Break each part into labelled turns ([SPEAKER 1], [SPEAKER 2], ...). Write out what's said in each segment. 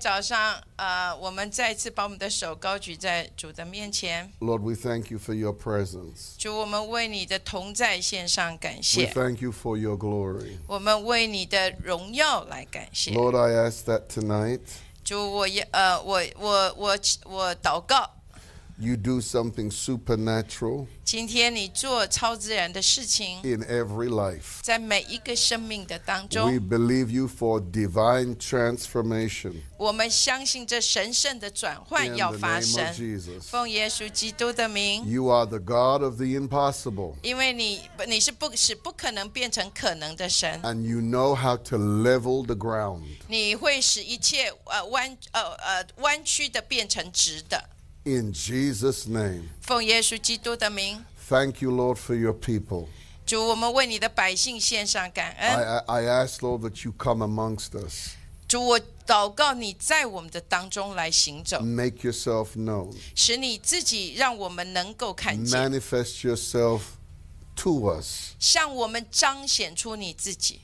[SPEAKER 1] 早上，呃，我们再次把我们的手高举在主的面前。
[SPEAKER 2] Lord, we thank you for your presence.
[SPEAKER 1] 主，我们为你的同在献上感
[SPEAKER 2] We
[SPEAKER 1] 谢，
[SPEAKER 2] thank you for your glory.
[SPEAKER 1] 我们为你的荣耀来感谢。
[SPEAKER 2] Lord, I ask that tonight
[SPEAKER 1] 主，我也呃，我我我我祷告，
[SPEAKER 2] you do something supernatural
[SPEAKER 1] 今天你做超自然的事情，
[SPEAKER 2] in every life.
[SPEAKER 1] 在每一个生命的当
[SPEAKER 2] We
[SPEAKER 1] 中，
[SPEAKER 2] believe you for divine transformation
[SPEAKER 1] 我们相信这神圣的转
[SPEAKER 2] in
[SPEAKER 1] 换要
[SPEAKER 2] the name
[SPEAKER 1] 发
[SPEAKER 2] of
[SPEAKER 1] 生。
[SPEAKER 2] Jesus.
[SPEAKER 1] 奉耶稣基督的名，
[SPEAKER 2] You are the God of the impossible,
[SPEAKER 1] 因为你你是不使不可能变成可能的神。
[SPEAKER 2] and you know how to level the ground
[SPEAKER 1] 你会使一切呃弯呃呃弯曲的变成直的。
[SPEAKER 2] in Jesus' name.
[SPEAKER 1] 奉耶稣基督的名，
[SPEAKER 2] Thank you, Lord, for your people.
[SPEAKER 1] 主，我们为你的百姓献上感
[SPEAKER 2] I,
[SPEAKER 1] 恩。
[SPEAKER 2] I- I ask, Lord, that you come amongst us,
[SPEAKER 1] 主，我祷告你在我们的当中来行走，
[SPEAKER 2] make yourself known,
[SPEAKER 1] 使你自己让我们能够看见，
[SPEAKER 2] manifest yourself to us,
[SPEAKER 1] 向我们彰显出你自己，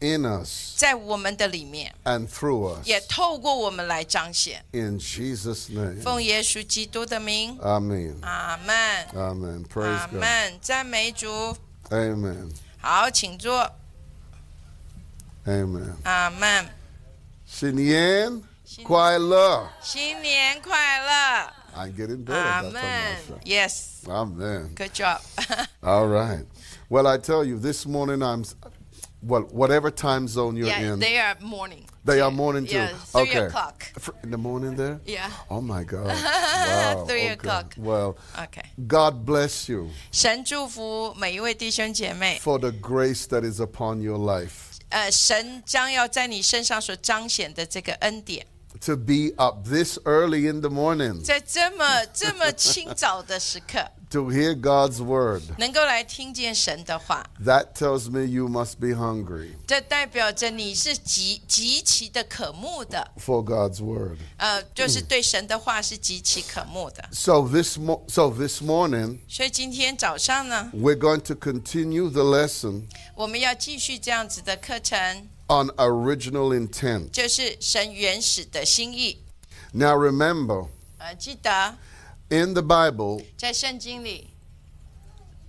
[SPEAKER 2] in us,
[SPEAKER 1] 在我们的里面，
[SPEAKER 2] and through us.
[SPEAKER 1] 也透过我们来彰显。
[SPEAKER 2] In Jesus' name.
[SPEAKER 1] 奉耶稣基督的名，
[SPEAKER 2] Amen.
[SPEAKER 1] 阿门，
[SPEAKER 2] Amen. Praise
[SPEAKER 1] 阿
[SPEAKER 2] God.
[SPEAKER 1] 门，赞美主。
[SPEAKER 2] Amen.
[SPEAKER 1] 好，请坐，
[SPEAKER 2] Amen.
[SPEAKER 1] 阿门。
[SPEAKER 2] Sinien Kwaila.
[SPEAKER 1] 新年快乐！
[SPEAKER 2] I'm getting better. at that
[SPEAKER 1] Amen.
[SPEAKER 2] for myself.
[SPEAKER 1] Yes.
[SPEAKER 2] Amen.
[SPEAKER 1] Good job.
[SPEAKER 2] All right. Well, I tell you, this morning I'm, well, whatever time zone you're
[SPEAKER 1] yeah,
[SPEAKER 2] in,
[SPEAKER 1] they are morning.
[SPEAKER 2] they are morning too.
[SPEAKER 1] Yeah, three
[SPEAKER 2] okay.
[SPEAKER 1] o'clock.
[SPEAKER 2] Fr- In the morning there?
[SPEAKER 1] Yeah.
[SPEAKER 2] Oh my God. Wow.
[SPEAKER 1] Three
[SPEAKER 2] okay.
[SPEAKER 1] o'clock.
[SPEAKER 2] Well,
[SPEAKER 1] Okay.
[SPEAKER 2] God bless you
[SPEAKER 1] 神祝福每一位弟兄姐妹。
[SPEAKER 2] for the grace that is upon your life
[SPEAKER 1] 呃，神将要在你身上所彰显的这个恩典，
[SPEAKER 2] to be up this early in the morning
[SPEAKER 1] 在这么 这么清早的时刻，
[SPEAKER 2] to hear God's word.
[SPEAKER 1] 能够来听见神的话，
[SPEAKER 2] That tells me you must be hungry
[SPEAKER 1] 这代表着你是极极其的渴慕的。
[SPEAKER 2] for God's word.
[SPEAKER 1] 呃，就是
[SPEAKER 2] 嗯
[SPEAKER 1] 对神的话是极其渴慕的。
[SPEAKER 2] So this mo- so this morning
[SPEAKER 1] 所以今天早上呢，
[SPEAKER 2] we're going to continue the lesson
[SPEAKER 1] 我们要继续这样子的课程。
[SPEAKER 2] on original intent.
[SPEAKER 1] 就是神原始的心意。
[SPEAKER 2] Now remember,
[SPEAKER 1] 呃，记得
[SPEAKER 2] in the Bible,
[SPEAKER 1] 在圣经里，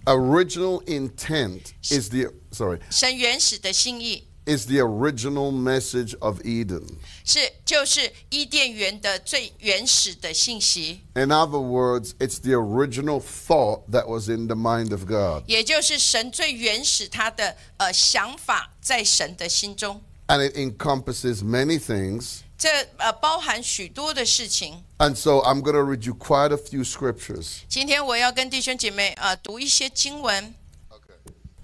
[SPEAKER 2] original intent is the sorry,
[SPEAKER 1] 神原始的心意
[SPEAKER 2] is the original message of Eden.
[SPEAKER 1] 是就是伊甸园的最原始的信息，
[SPEAKER 2] In other words, it's the original thought that was in the mind of God.
[SPEAKER 1] 也就是神最原始他的呃想法在神的心中。
[SPEAKER 2] And it encompasses many things.
[SPEAKER 1] 这呃包含许多的事情。
[SPEAKER 2] And so I'm going to read you quite a few scriptures.
[SPEAKER 1] 今天我要跟弟兄姐妹呃读一些经文，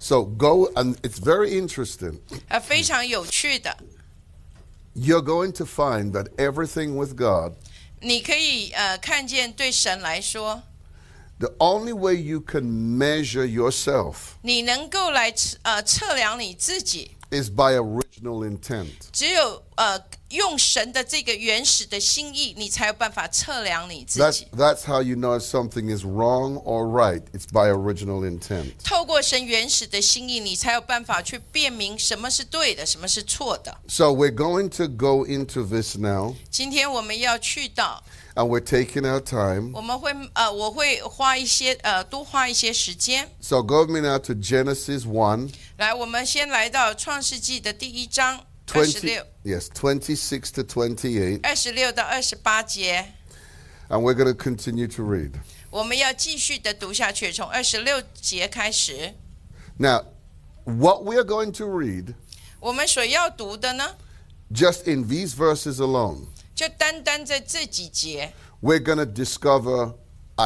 [SPEAKER 2] So go, and it's very interesting.
[SPEAKER 1] 呃非常有趣的。
[SPEAKER 2] You're going to find that everything with God,
[SPEAKER 1] 你可以呃看见对神来说，
[SPEAKER 2] the only way you can measure yourself
[SPEAKER 1] 你能够来呃测量你自己，
[SPEAKER 2] is by original intent.
[SPEAKER 1] 只有呃用神的这个原始的心意，你才有办法测量你自
[SPEAKER 2] That's,
[SPEAKER 1] 己。
[SPEAKER 2] that's how you know if something is wrong or right. It's by original intent.
[SPEAKER 1] 透过神原始的心意，你才有办法去辨明什么是对的，什么是错的。
[SPEAKER 2] So we're going to go into this now,
[SPEAKER 1] 今天我们要去到，
[SPEAKER 2] and we're taking our time.
[SPEAKER 1] 我们会呃，我会花一些呃，多花一些时间。
[SPEAKER 2] So go with me now to Genesis 1
[SPEAKER 1] 来，我们先来到创世纪的第一章二十
[SPEAKER 2] 20,
[SPEAKER 1] 六、
[SPEAKER 2] yes, 26 to 28,
[SPEAKER 1] 二十六到二十八节，
[SPEAKER 2] and we're going to continue to read.
[SPEAKER 1] 我们要继续的读下去，从二十六节开始。
[SPEAKER 2] Now, what we are going to read
[SPEAKER 1] 我们所要读的呢，
[SPEAKER 2] just in these verses alone,
[SPEAKER 1] 就单单在这几节。
[SPEAKER 2] we're going to discover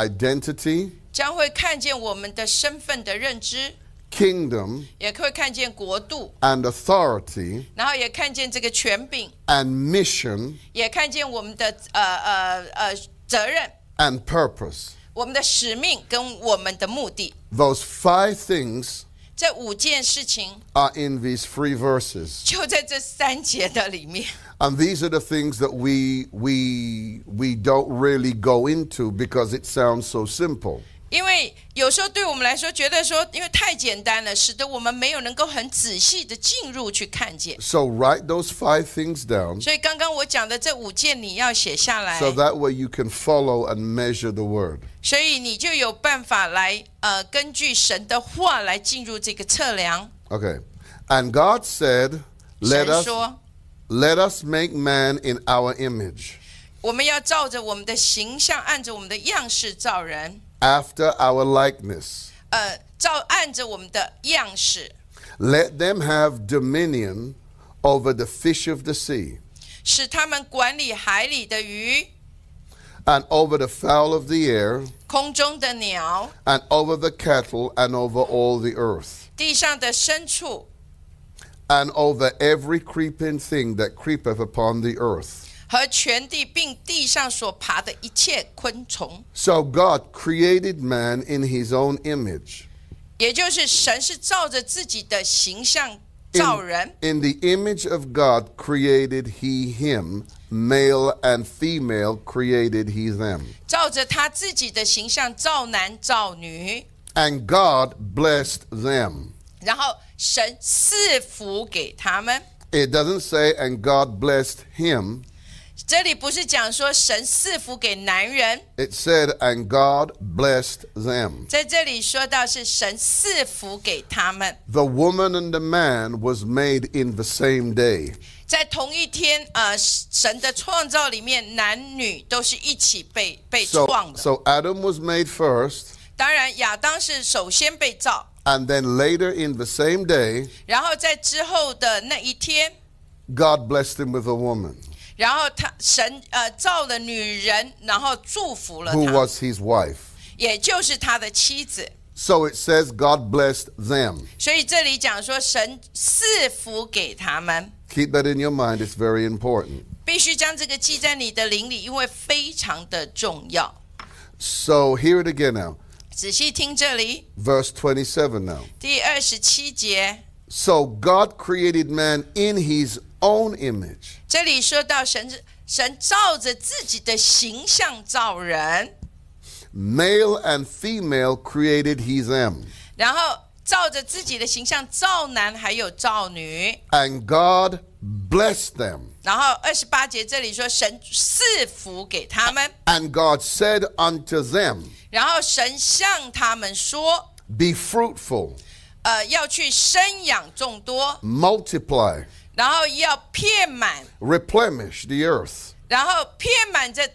[SPEAKER 2] identity,
[SPEAKER 1] 将会看见我们的身份的认知，
[SPEAKER 2] kingdom,
[SPEAKER 1] 也会看见国度，
[SPEAKER 2] and authority,
[SPEAKER 1] 然后也看见这个权柄，
[SPEAKER 2] and mission,
[SPEAKER 1] 也看见我们的呃呃呃责任、
[SPEAKER 2] and purpose.
[SPEAKER 1] 我们的使命跟我们的目的。
[SPEAKER 2] Those five things
[SPEAKER 1] 这五件事情
[SPEAKER 2] are in these three verses.
[SPEAKER 1] 就在这三节的里面，
[SPEAKER 2] And these are the things that we we we don't really go into because it sounds so simple.
[SPEAKER 1] 因为有时候对我们来说，觉得说因为太简单了，使得我们没有能够很仔细的进入去看见。
[SPEAKER 2] So write those five things down
[SPEAKER 1] 所以刚刚我讲的这五件你要写下来，
[SPEAKER 2] so that way you can follow and measure the word.
[SPEAKER 1] 所以你就有办法来呃根据神的话来进入这个测量。
[SPEAKER 2] Okay. And God said, let
[SPEAKER 1] 神
[SPEAKER 2] us
[SPEAKER 1] 说，
[SPEAKER 2] let us make man in our image,
[SPEAKER 1] 我们要照着我们的形象，按着我们的样式造人，
[SPEAKER 2] after our likeness.
[SPEAKER 1] 呃，照按着我们的样式，
[SPEAKER 2] Let them have dominion over the fish of the sea,
[SPEAKER 1] 使他们管理海里的鱼、
[SPEAKER 2] and over the fowl of the air,
[SPEAKER 1] 空中的鸟、
[SPEAKER 2] and over the cattle, and over all the earth,
[SPEAKER 1] 地上的牲畜，
[SPEAKER 2] and over every creeping thing that creepeth upon the earth.
[SPEAKER 1] 和全地并地上所爬的一切昆虫，
[SPEAKER 2] So God created man in his own image.
[SPEAKER 1] 也就是神是照着自己的形象
[SPEAKER 2] In,
[SPEAKER 1] 造人，
[SPEAKER 2] in the image of God created he him, male and female created he them.
[SPEAKER 1] 照着他自己的形象造男造女，
[SPEAKER 2] And God blessed them.
[SPEAKER 1] 然后神赐福给他们。
[SPEAKER 2] It doesn't say, and God blessed him.
[SPEAKER 1] 这里不是讲说神赐福给男人，
[SPEAKER 2] It said, and God blessed them.
[SPEAKER 1] 在这里说到是神赐福给他们。
[SPEAKER 2] The woman and the man was made in the same day.
[SPEAKER 1] 在同一天，呃，神的创造里面，男女都是一起被被
[SPEAKER 2] So,
[SPEAKER 1] 创的。
[SPEAKER 2] so Adam was made first,
[SPEAKER 1] 当然，亚当是首先被造，
[SPEAKER 2] and then later in the same day,
[SPEAKER 1] 然后在之后的那一天，
[SPEAKER 2] God blessed him with a woman
[SPEAKER 1] 然后他神呃造了女人，然后祝福了
[SPEAKER 2] who
[SPEAKER 1] 她，
[SPEAKER 2] was his wife.
[SPEAKER 1] 也就是他的妻子。
[SPEAKER 2] So it says, God blessed them.
[SPEAKER 1] 所以这里讲说，神赐福给他们，
[SPEAKER 2] Keep that in your mind, it's very important.
[SPEAKER 1] 必须将这个记在你的灵里，因为非常的重要。
[SPEAKER 2] So hear it again now.
[SPEAKER 1] 仔细听这里，
[SPEAKER 2] Verse 27 now.
[SPEAKER 1] 第二十七节，
[SPEAKER 2] So God created man in his own image.
[SPEAKER 1] 这里说到神是神照着自己的形象造人，
[SPEAKER 2] Male and female created he them.
[SPEAKER 1] 然后照着自己的形象造男还有造女，
[SPEAKER 2] And God blessed them.
[SPEAKER 1] 然后二十八节这里说神赐福给他们，
[SPEAKER 2] And God said unto them,
[SPEAKER 1] 然后神向他们说，
[SPEAKER 2] Be fruitful,
[SPEAKER 1] 呃，要去生养众多，
[SPEAKER 2] multiply,
[SPEAKER 1] 然后要遍满，
[SPEAKER 2] replenish the earth,
[SPEAKER 1] 然后遍满这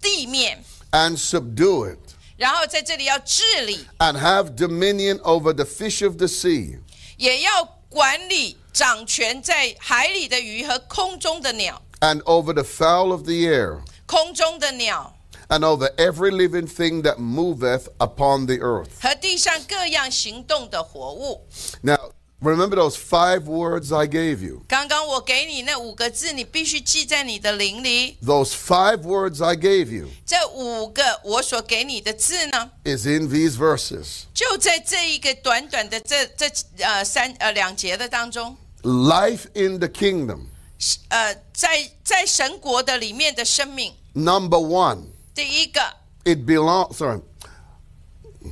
[SPEAKER 1] 地面，
[SPEAKER 2] and subdue it,
[SPEAKER 1] 然后在这里要治理，
[SPEAKER 2] and have dominion over the fish of the sea,
[SPEAKER 1] 也要管理掌权在海里的鱼和空中的鸟，
[SPEAKER 2] and over the fowl of the air,
[SPEAKER 1] 空中的鸟
[SPEAKER 2] and over every living thing that moveth upon the earth.
[SPEAKER 1] 和地上各样行动的活物。
[SPEAKER 2] Now, remember those five words I gave you.
[SPEAKER 1] 刚刚我给你那五个字，你必须记在你的灵里。
[SPEAKER 2] Those five words I gave you
[SPEAKER 1] 这五个我所给你的字呢，
[SPEAKER 2] is in these verses.
[SPEAKER 1] 就在这一个短短的这这呃三呃两节的当中，
[SPEAKER 2] life in the kingdom.
[SPEAKER 1] 是呃，在在神国的里面的生命，
[SPEAKER 2] Number one,
[SPEAKER 1] 第一个
[SPEAKER 2] it belongs. Sorry,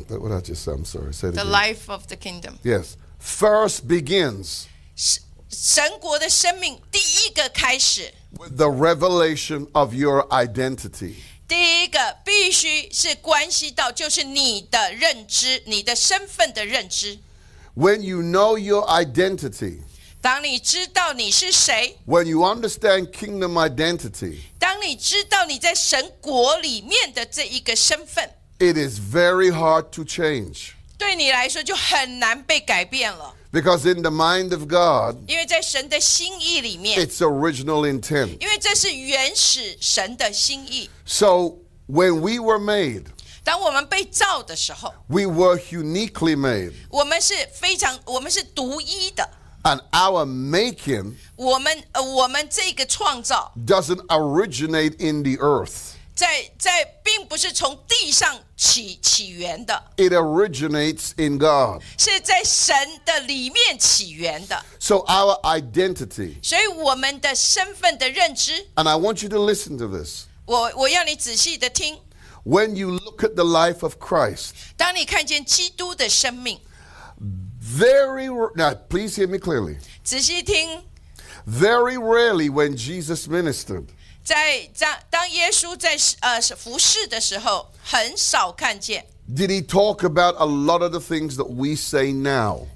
[SPEAKER 2] That- what I just said. I'm sorry. Say it
[SPEAKER 1] ，the
[SPEAKER 2] again.
[SPEAKER 1] life of the kingdom，
[SPEAKER 2] Yes, first begins
[SPEAKER 1] 神神国的生命第一个开始，
[SPEAKER 2] with the revelation of your identity.
[SPEAKER 1] 第一个必须是关系到就是你的认知，你的身份的认知。
[SPEAKER 2] When you know your identity,
[SPEAKER 1] 当你知道你是谁，
[SPEAKER 2] when you understand kingdom identity,
[SPEAKER 1] 当你知道你在神国里面的这一个身份，
[SPEAKER 2] it is very hard to change
[SPEAKER 1] 对你来说就很难被改变了，
[SPEAKER 2] because in the mind of God,
[SPEAKER 1] 因为在神的心意里面，
[SPEAKER 2] it's original intent.
[SPEAKER 1] 因为这是原始神的心意。
[SPEAKER 2] So when we were made,
[SPEAKER 1] 当我们被造的时候，
[SPEAKER 2] we were uniquely made,
[SPEAKER 1] 我们是非常，我们是独一的。
[SPEAKER 2] and our making
[SPEAKER 1] 我们呃，我们这个创造
[SPEAKER 2] doesn't originate in the earth.
[SPEAKER 1] 在在并不是从地上起起源的，
[SPEAKER 2] It originates in God.
[SPEAKER 1] 是在神的里面起源的。
[SPEAKER 2] So our identity,
[SPEAKER 1] 所以我们的身份的认知，
[SPEAKER 2] and I want you to listen to this.
[SPEAKER 1] 我我要你仔细的听，
[SPEAKER 2] When you look at the life of Christ,
[SPEAKER 1] 当你看见基督的生命，
[SPEAKER 2] very ra- now please hear me clearly.
[SPEAKER 1] 仔细听，
[SPEAKER 2] Very rarely when Jesus ministered,
[SPEAKER 1] 在当当耶稣在呃服侍的时候，很少看见
[SPEAKER 2] did he talk about a lot of the things that we say now.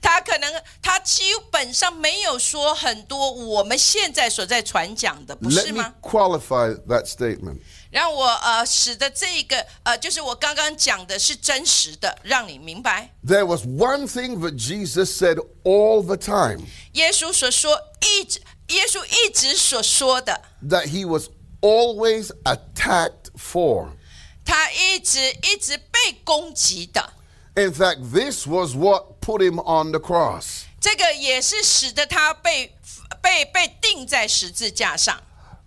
[SPEAKER 1] 他可能他基本上没有说很多我们现在所在传讲的，不是
[SPEAKER 2] Let me
[SPEAKER 1] 吗？
[SPEAKER 2] qualify that statement.
[SPEAKER 1] 让我呃使得这一个呃就是我刚刚讲的是真实的，让你明白
[SPEAKER 2] There was one thing that Jesus said all the time
[SPEAKER 1] 耶稣所说一直耶稣一直所说的，
[SPEAKER 2] that he was always attacked for.
[SPEAKER 1] 他一直一直被攻击的。
[SPEAKER 2] In fact, this was what put him on the cross.
[SPEAKER 1] 这个也是使得他被被被钉在十字架上，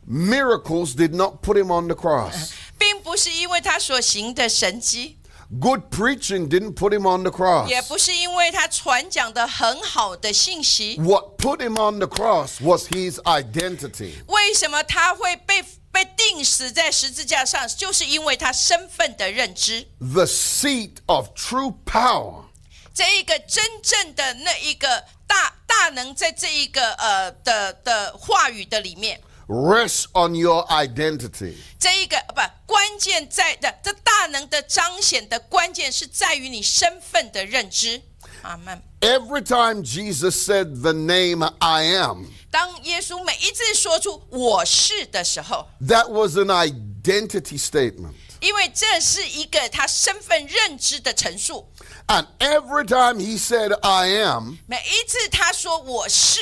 [SPEAKER 2] Miracles did not put him on the cross.
[SPEAKER 1] 并不是因为他所行的神迹，
[SPEAKER 2] Good preaching didn't put him on the cross.
[SPEAKER 1] 也不是因为他传讲的很好的信息。
[SPEAKER 2] What put him on the cross was his identity.
[SPEAKER 1] 为什么他会被被钉死在十字架上？就是因为他身份的认知，
[SPEAKER 2] The seat of true power
[SPEAKER 1] 这一个真正的那一个大大能，在这一个呃的的话语的里面，
[SPEAKER 2] rests on your identity.
[SPEAKER 1] 这一个呃不关键在的这大能的彰显的关键是在于你身份的认知。阿门。
[SPEAKER 2] Every time Jesus said the name I am,
[SPEAKER 1] 当耶稣每一次说出“我是”的时候，
[SPEAKER 2] that was an identity statement.
[SPEAKER 1] 因为这是一个他身份认知的陈述。
[SPEAKER 2] And every time he said I am,
[SPEAKER 1] 每一次他说“我是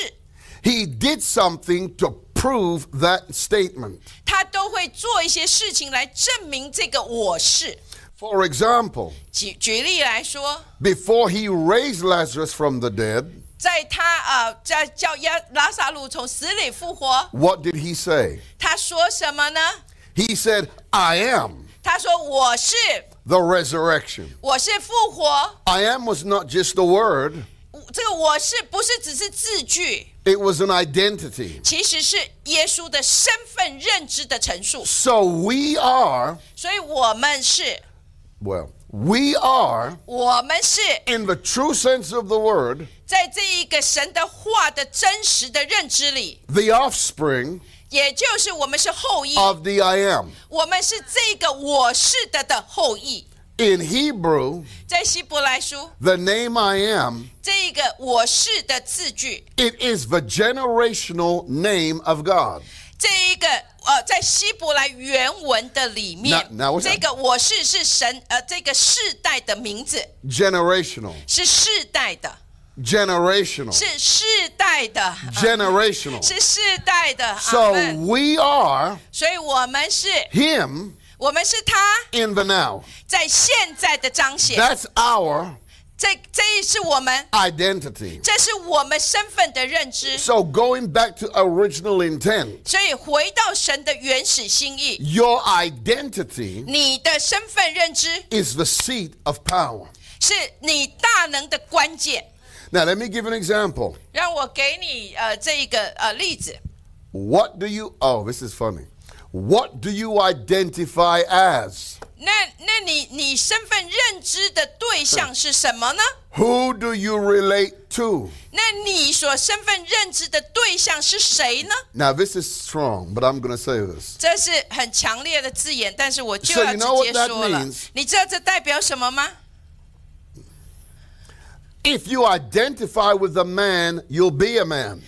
[SPEAKER 2] he did something to prove that statement. ”，
[SPEAKER 1] 他都会做一些事情来证明这个“我是”
[SPEAKER 2] For example,
[SPEAKER 1] 举。举例来说，
[SPEAKER 2] before he raised Lazarus from the dead,
[SPEAKER 1] 在他呃，在叫亚拉萨路从死里复活，
[SPEAKER 2] what did he say?
[SPEAKER 1] 他说什么呢？
[SPEAKER 2] He said, I am
[SPEAKER 1] 他说：“我是，
[SPEAKER 2] the resurrection.
[SPEAKER 1] 我是复活。
[SPEAKER 2] I am was not just a word,
[SPEAKER 1] 我”这个“我是”不是只是字句，
[SPEAKER 2] it was an identity.
[SPEAKER 1] 其实是耶稣的身份认知的陈述。
[SPEAKER 2] So we are,
[SPEAKER 1] 所以我们是，
[SPEAKER 2] well, we are
[SPEAKER 1] 我们是
[SPEAKER 2] in the true sense of the word,
[SPEAKER 1] 在这一个神的话的真实的认知里，
[SPEAKER 2] the offspring
[SPEAKER 1] 也就是我们是后裔，
[SPEAKER 2] of the I am.
[SPEAKER 1] 我们是这个我是的的后裔。
[SPEAKER 2] In Hebrew,
[SPEAKER 1] 在希伯来书
[SPEAKER 2] the name I am,
[SPEAKER 1] 这一个我是的字句，
[SPEAKER 2] it is the generational name of God.
[SPEAKER 1] 这一个呃，在希伯来原文的里面
[SPEAKER 2] 那那我，想
[SPEAKER 1] 这个我是是神呃这个世代的名字，
[SPEAKER 2] Generational.
[SPEAKER 1] 是世代的，
[SPEAKER 2] Generational.
[SPEAKER 1] 是世代的，啊
[SPEAKER 2] Generational.
[SPEAKER 1] 是世代的。阿
[SPEAKER 2] So
[SPEAKER 1] 门。
[SPEAKER 2] we are
[SPEAKER 1] 所以我们是，
[SPEAKER 2] Him
[SPEAKER 1] 我们是他。
[SPEAKER 2] in the now.
[SPEAKER 1] 在现在的彰显，
[SPEAKER 2] That's our
[SPEAKER 1] 这这是我们，
[SPEAKER 2] identity.
[SPEAKER 1] 这是我们身份的认知。
[SPEAKER 2] So going back to original intent,
[SPEAKER 1] 所以回到神的原始心意，
[SPEAKER 2] your identity
[SPEAKER 1] 你的身份认知
[SPEAKER 2] is the seat of power.
[SPEAKER 1] 是你大能的关键。
[SPEAKER 2] Now let me give an example.
[SPEAKER 1] 让我给你呃这一个呃例子，
[SPEAKER 2] What do you Oh, this is funny. What do you identify as?
[SPEAKER 1] 那那你你身份认知的对象是什么呢？
[SPEAKER 2] Who do you relate to?
[SPEAKER 1] 那你所身份认知的对象是谁呢？
[SPEAKER 2] Now this is strong, but I'm going to say this.
[SPEAKER 1] 这是很强烈的字眼，但是我就
[SPEAKER 2] So
[SPEAKER 1] 要
[SPEAKER 2] you know
[SPEAKER 1] 直接
[SPEAKER 2] what that
[SPEAKER 1] 说了
[SPEAKER 2] means.。
[SPEAKER 1] 你知道这代表什么吗？
[SPEAKER 2] If you identify with a man, you'll be a man.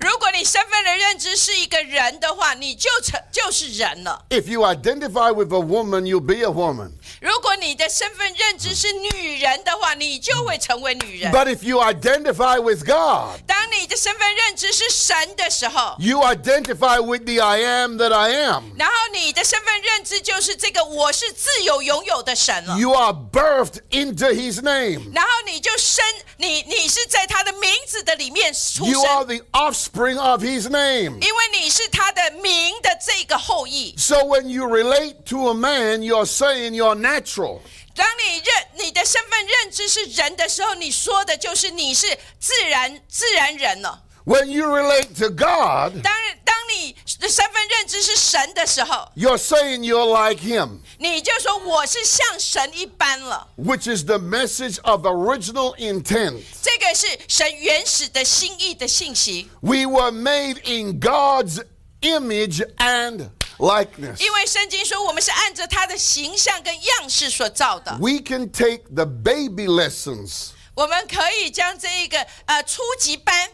[SPEAKER 1] 如果你身份的认知是一个人的话，你就成就是人了；
[SPEAKER 2] If you identify with a woman, you'll be a woman.
[SPEAKER 1] 如果你的身份认知是女人的话，你就会成为女人。
[SPEAKER 2] But if you identify with God,
[SPEAKER 1] 当你的身份认知是神的时候，
[SPEAKER 2] you identify with the I am that I am.
[SPEAKER 1] 然后你的身份认知就是这个我是自由拥有的神了。
[SPEAKER 2] You are birthed into his name.
[SPEAKER 1] 然后你就生你你是在他的名字的里面出
[SPEAKER 2] You are
[SPEAKER 1] 生，
[SPEAKER 2] the offspring of his name.
[SPEAKER 1] 因为你是他的名的这个后裔。
[SPEAKER 2] So when you relate to a man, you're saying you're natural.
[SPEAKER 1] 当你认你的身份认知是人的时候，你说的就是你是自然自然人了。
[SPEAKER 2] When you relate to God,
[SPEAKER 1] 当然，当你的身份认知是神的时候，
[SPEAKER 2] You're saying you're like him,
[SPEAKER 1] 你就说我是像神一般了。
[SPEAKER 2] which is the message of original intent.
[SPEAKER 1] 这个是神原始的心意的信息，
[SPEAKER 2] We were made in God's image and likeness.
[SPEAKER 1] 因为圣经说我们是按着他的形象跟样式所造的。
[SPEAKER 2] We can take the baby lessons
[SPEAKER 1] 我们可以将这一个呃初级班，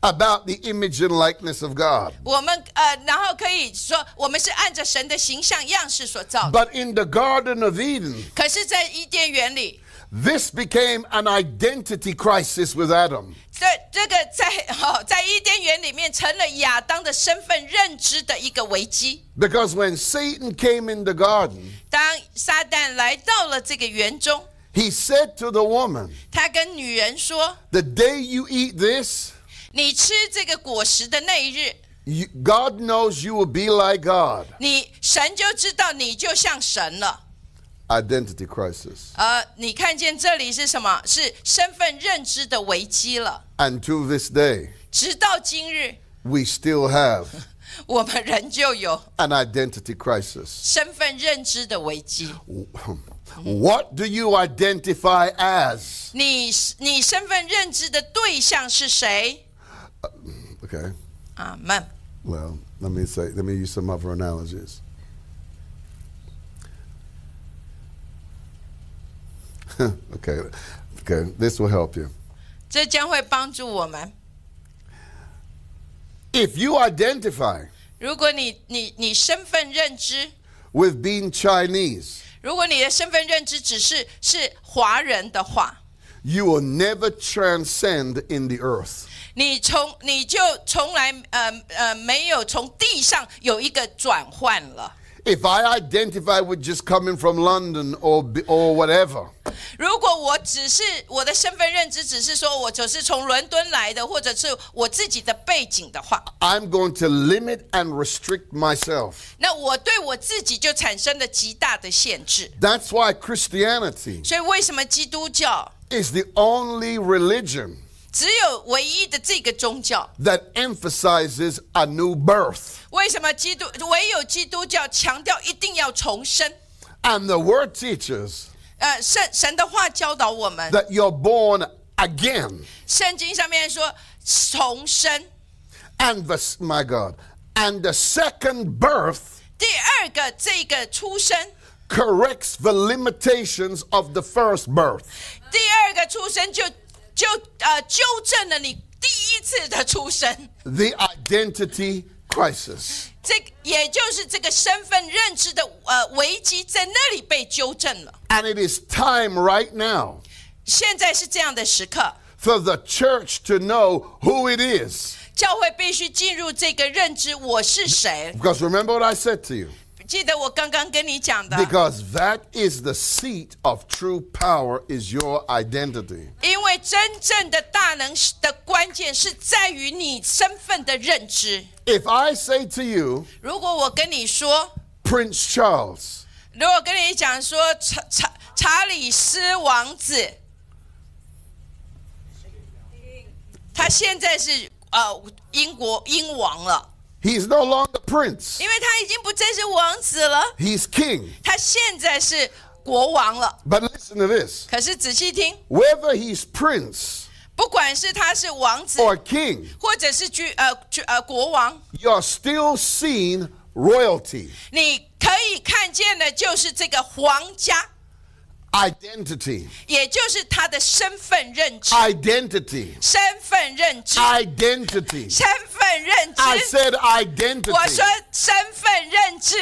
[SPEAKER 2] about the image and likeness of God.
[SPEAKER 1] 我们呃，然后可以说我们是按着神的形象样式所造的。
[SPEAKER 2] But in the Garden of Eden,
[SPEAKER 1] 可是，在伊甸园里，
[SPEAKER 2] this became an identity crisis with Adam.
[SPEAKER 1] 这这个在哦，在伊甸园里面成了亚当的身份认知的一个危机。
[SPEAKER 2] Because when Satan came in the garden,
[SPEAKER 1] 当撒旦来到了这个园中，
[SPEAKER 2] he said to the woman,
[SPEAKER 1] 他跟女人说
[SPEAKER 2] The day you eat this,：“
[SPEAKER 1] 你吃这个果实的那一日，
[SPEAKER 2] you, God knows you will be like God.
[SPEAKER 1] 你神就知道你就像神了。
[SPEAKER 2] Identity crisis. ”
[SPEAKER 1] 呃，你看见这里是什么？是身份认知的危机了。
[SPEAKER 2] And to this day,
[SPEAKER 1] 直到今日，
[SPEAKER 2] we still have
[SPEAKER 1] 我们仍旧有
[SPEAKER 2] an identity crisis.
[SPEAKER 1] 身份认知的危机。
[SPEAKER 2] What do you identify as?
[SPEAKER 1] 你你身份认知的对象是谁？
[SPEAKER 2] Okay.
[SPEAKER 1] 阿门。
[SPEAKER 2] Well, let me say, let me use some other analogies. okay, okay, this will help you.
[SPEAKER 1] 这将会帮助我们。
[SPEAKER 2] If you identify
[SPEAKER 1] 如果你你你身份认知，
[SPEAKER 2] with being Chinese,
[SPEAKER 1] 如果你的身份认知只是是华人的话，
[SPEAKER 2] you will never transcend in the earth.
[SPEAKER 1] 你从你就从来呃呃没有从地上有一个转换了。
[SPEAKER 2] If I identify with just coming from London or b- or whatever,
[SPEAKER 1] 如果我只是我的身份认知只是说我只是从伦敦来的，或者是我自己的背景的话，
[SPEAKER 2] I'm going to limit and restrict myself.
[SPEAKER 1] 那我对我自己就产生了极大的限制。
[SPEAKER 2] That's why Christianity
[SPEAKER 1] 所以为什么基督教
[SPEAKER 2] is the only religion
[SPEAKER 1] 只有唯一的这个宗教？
[SPEAKER 2] that emphasizes a new birth.
[SPEAKER 1] 为什么基督唯有基督教强调一定要重生？
[SPEAKER 2] And the word teaches
[SPEAKER 1] 呃，圣神的话教导我们，
[SPEAKER 2] that you're born again.
[SPEAKER 1] 圣经上面说重生。
[SPEAKER 2] And the, my God, and the second birth
[SPEAKER 1] 第二个，这个出生，
[SPEAKER 2] corrects the limitations of the first birth.
[SPEAKER 1] 第二个出生就就呃纠正了你第一次的出生，
[SPEAKER 2] The identity crisis.
[SPEAKER 1] 这个也就是这个身份认知的呃危机在那里被纠正了。
[SPEAKER 2] And it is time right now
[SPEAKER 1] 现在是这样的时刻，
[SPEAKER 2] for the church to know who it is.
[SPEAKER 1] 教会必须进入这个认知，我是谁？
[SPEAKER 2] Because remember what I said to you?
[SPEAKER 1] 记得我刚刚跟你讲的，
[SPEAKER 2] Because that is the seat of true power is your identity.
[SPEAKER 1] 因为真正的大能的关键是在于你身份的认知。
[SPEAKER 2] If I say to you,
[SPEAKER 1] 如果我跟你说，
[SPEAKER 2] Prince Charles,
[SPEAKER 1] 如果跟你讲说查查查理斯王子，他现在是呃英国英王了，
[SPEAKER 2] he's no longer prince,
[SPEAKER 1] 因为他已经不再是王子了，
[SPEAKER 2] he's king.
[SPEAKER 1] 他现在是国王了。
[SPEAKER 2] But listen to this
[SPEAKER 1] 可是仔细听，
[SPEAKER 2] whether he's prince
[SPEAKER 1] 不管是他是王子，
[SPEAKER 2] or king,
[SPEAKER 1] 或者是君呃君呃国王，
[SPEAKER 2] you're still seen royalty,
[SPEAKER 1] 你可以看见的就是这个皇家，
[SPEAKER 2] identity,
[SPEAKER 1] 也就是他的身份认知、
[SPEAKER 2] 啊 identity,
[SPEAKER 1] 身份认知、
[SPEAKER 2] identity.
[SPEAKER 1] 身份认知。
[SPEAKER 2] 啊 I said
[SPEAKER 1] 我
[SPEAKER 2] identity
[SPEAKER 1] 说身份认知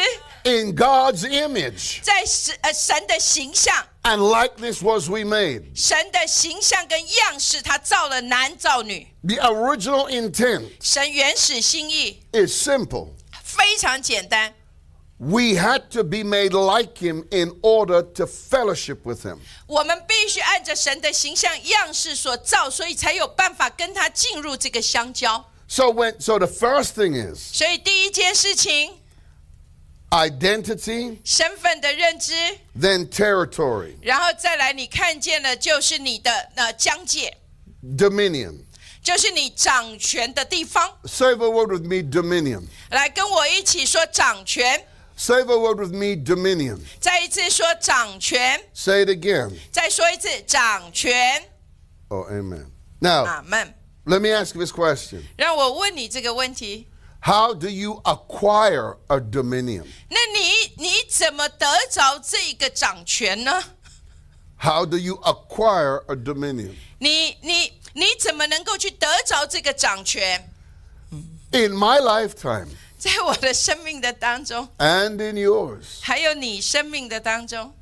[SPEAKER 2] in God's image
[SPEAKER 1] 在神呃神的形象，
[SPEAKER 2] and likeness was we made.
[SPEAKER 1] 神的形象跟样式，他造了男造女。
[SPEAKER 2] The original intent
[SPEAKER 1] 神原始心意
[SPEAKER 2] is simple.
[SPEAKER 1] 非常简单，
[SPEAKER 2] We had to be made like him in order to fellowship with him.
[SPEAKER 1] 我们必须按着神的形象样式所造，所以才有办法跟他进入这个相交。
[SPEAKER 2] So when so the first thing is
[SPEAKER 1] 所以第一件事情，
[SPEAKER 2] identity,
[SPEAKER 1] 身份的认知，
[SPEAKER 2] then territory,
[SPEAKER 1] 然后再来，你看见了就是你的呃疆界、
[SPEAKER 2] dominion,
[SPEAKER 1] 就是你掌权的地方。
[SPEAKER 2] Say the word with me, dominion.
[SPEAKER 1] 来，跟我一起说掌权，
[SPEAKER 2] Say the word with me, dominion.
[SPEAKER 1] 再一次说掌权，
[SPEAKER 2] Say it again.
[SPEAKER 1] 再说一次掌权。
[SPEAKER 2] Oh, amen. Now,
[SPEAKER 1] 阿门。
[SPEAKER 2] let me ask you this question.
[SPEAKER 1] 让我问你这个问题：
[SPEAKER 2] How do you acquire a dominion?
[SPEAKER 1] 那你你怎么得着这一个掌权呢？
[SPEAKER 2] How do you acquire a dominion?
[SPEAKER 1] 你你你怎么能够去得着这个掌权？
[SPEAKER 2] In my lifetime
[SPEAKER 1] 在我的生命的当中，
[SPEAKER 2] and in yours,
[SPEAKER 1] 还有你生命的当中，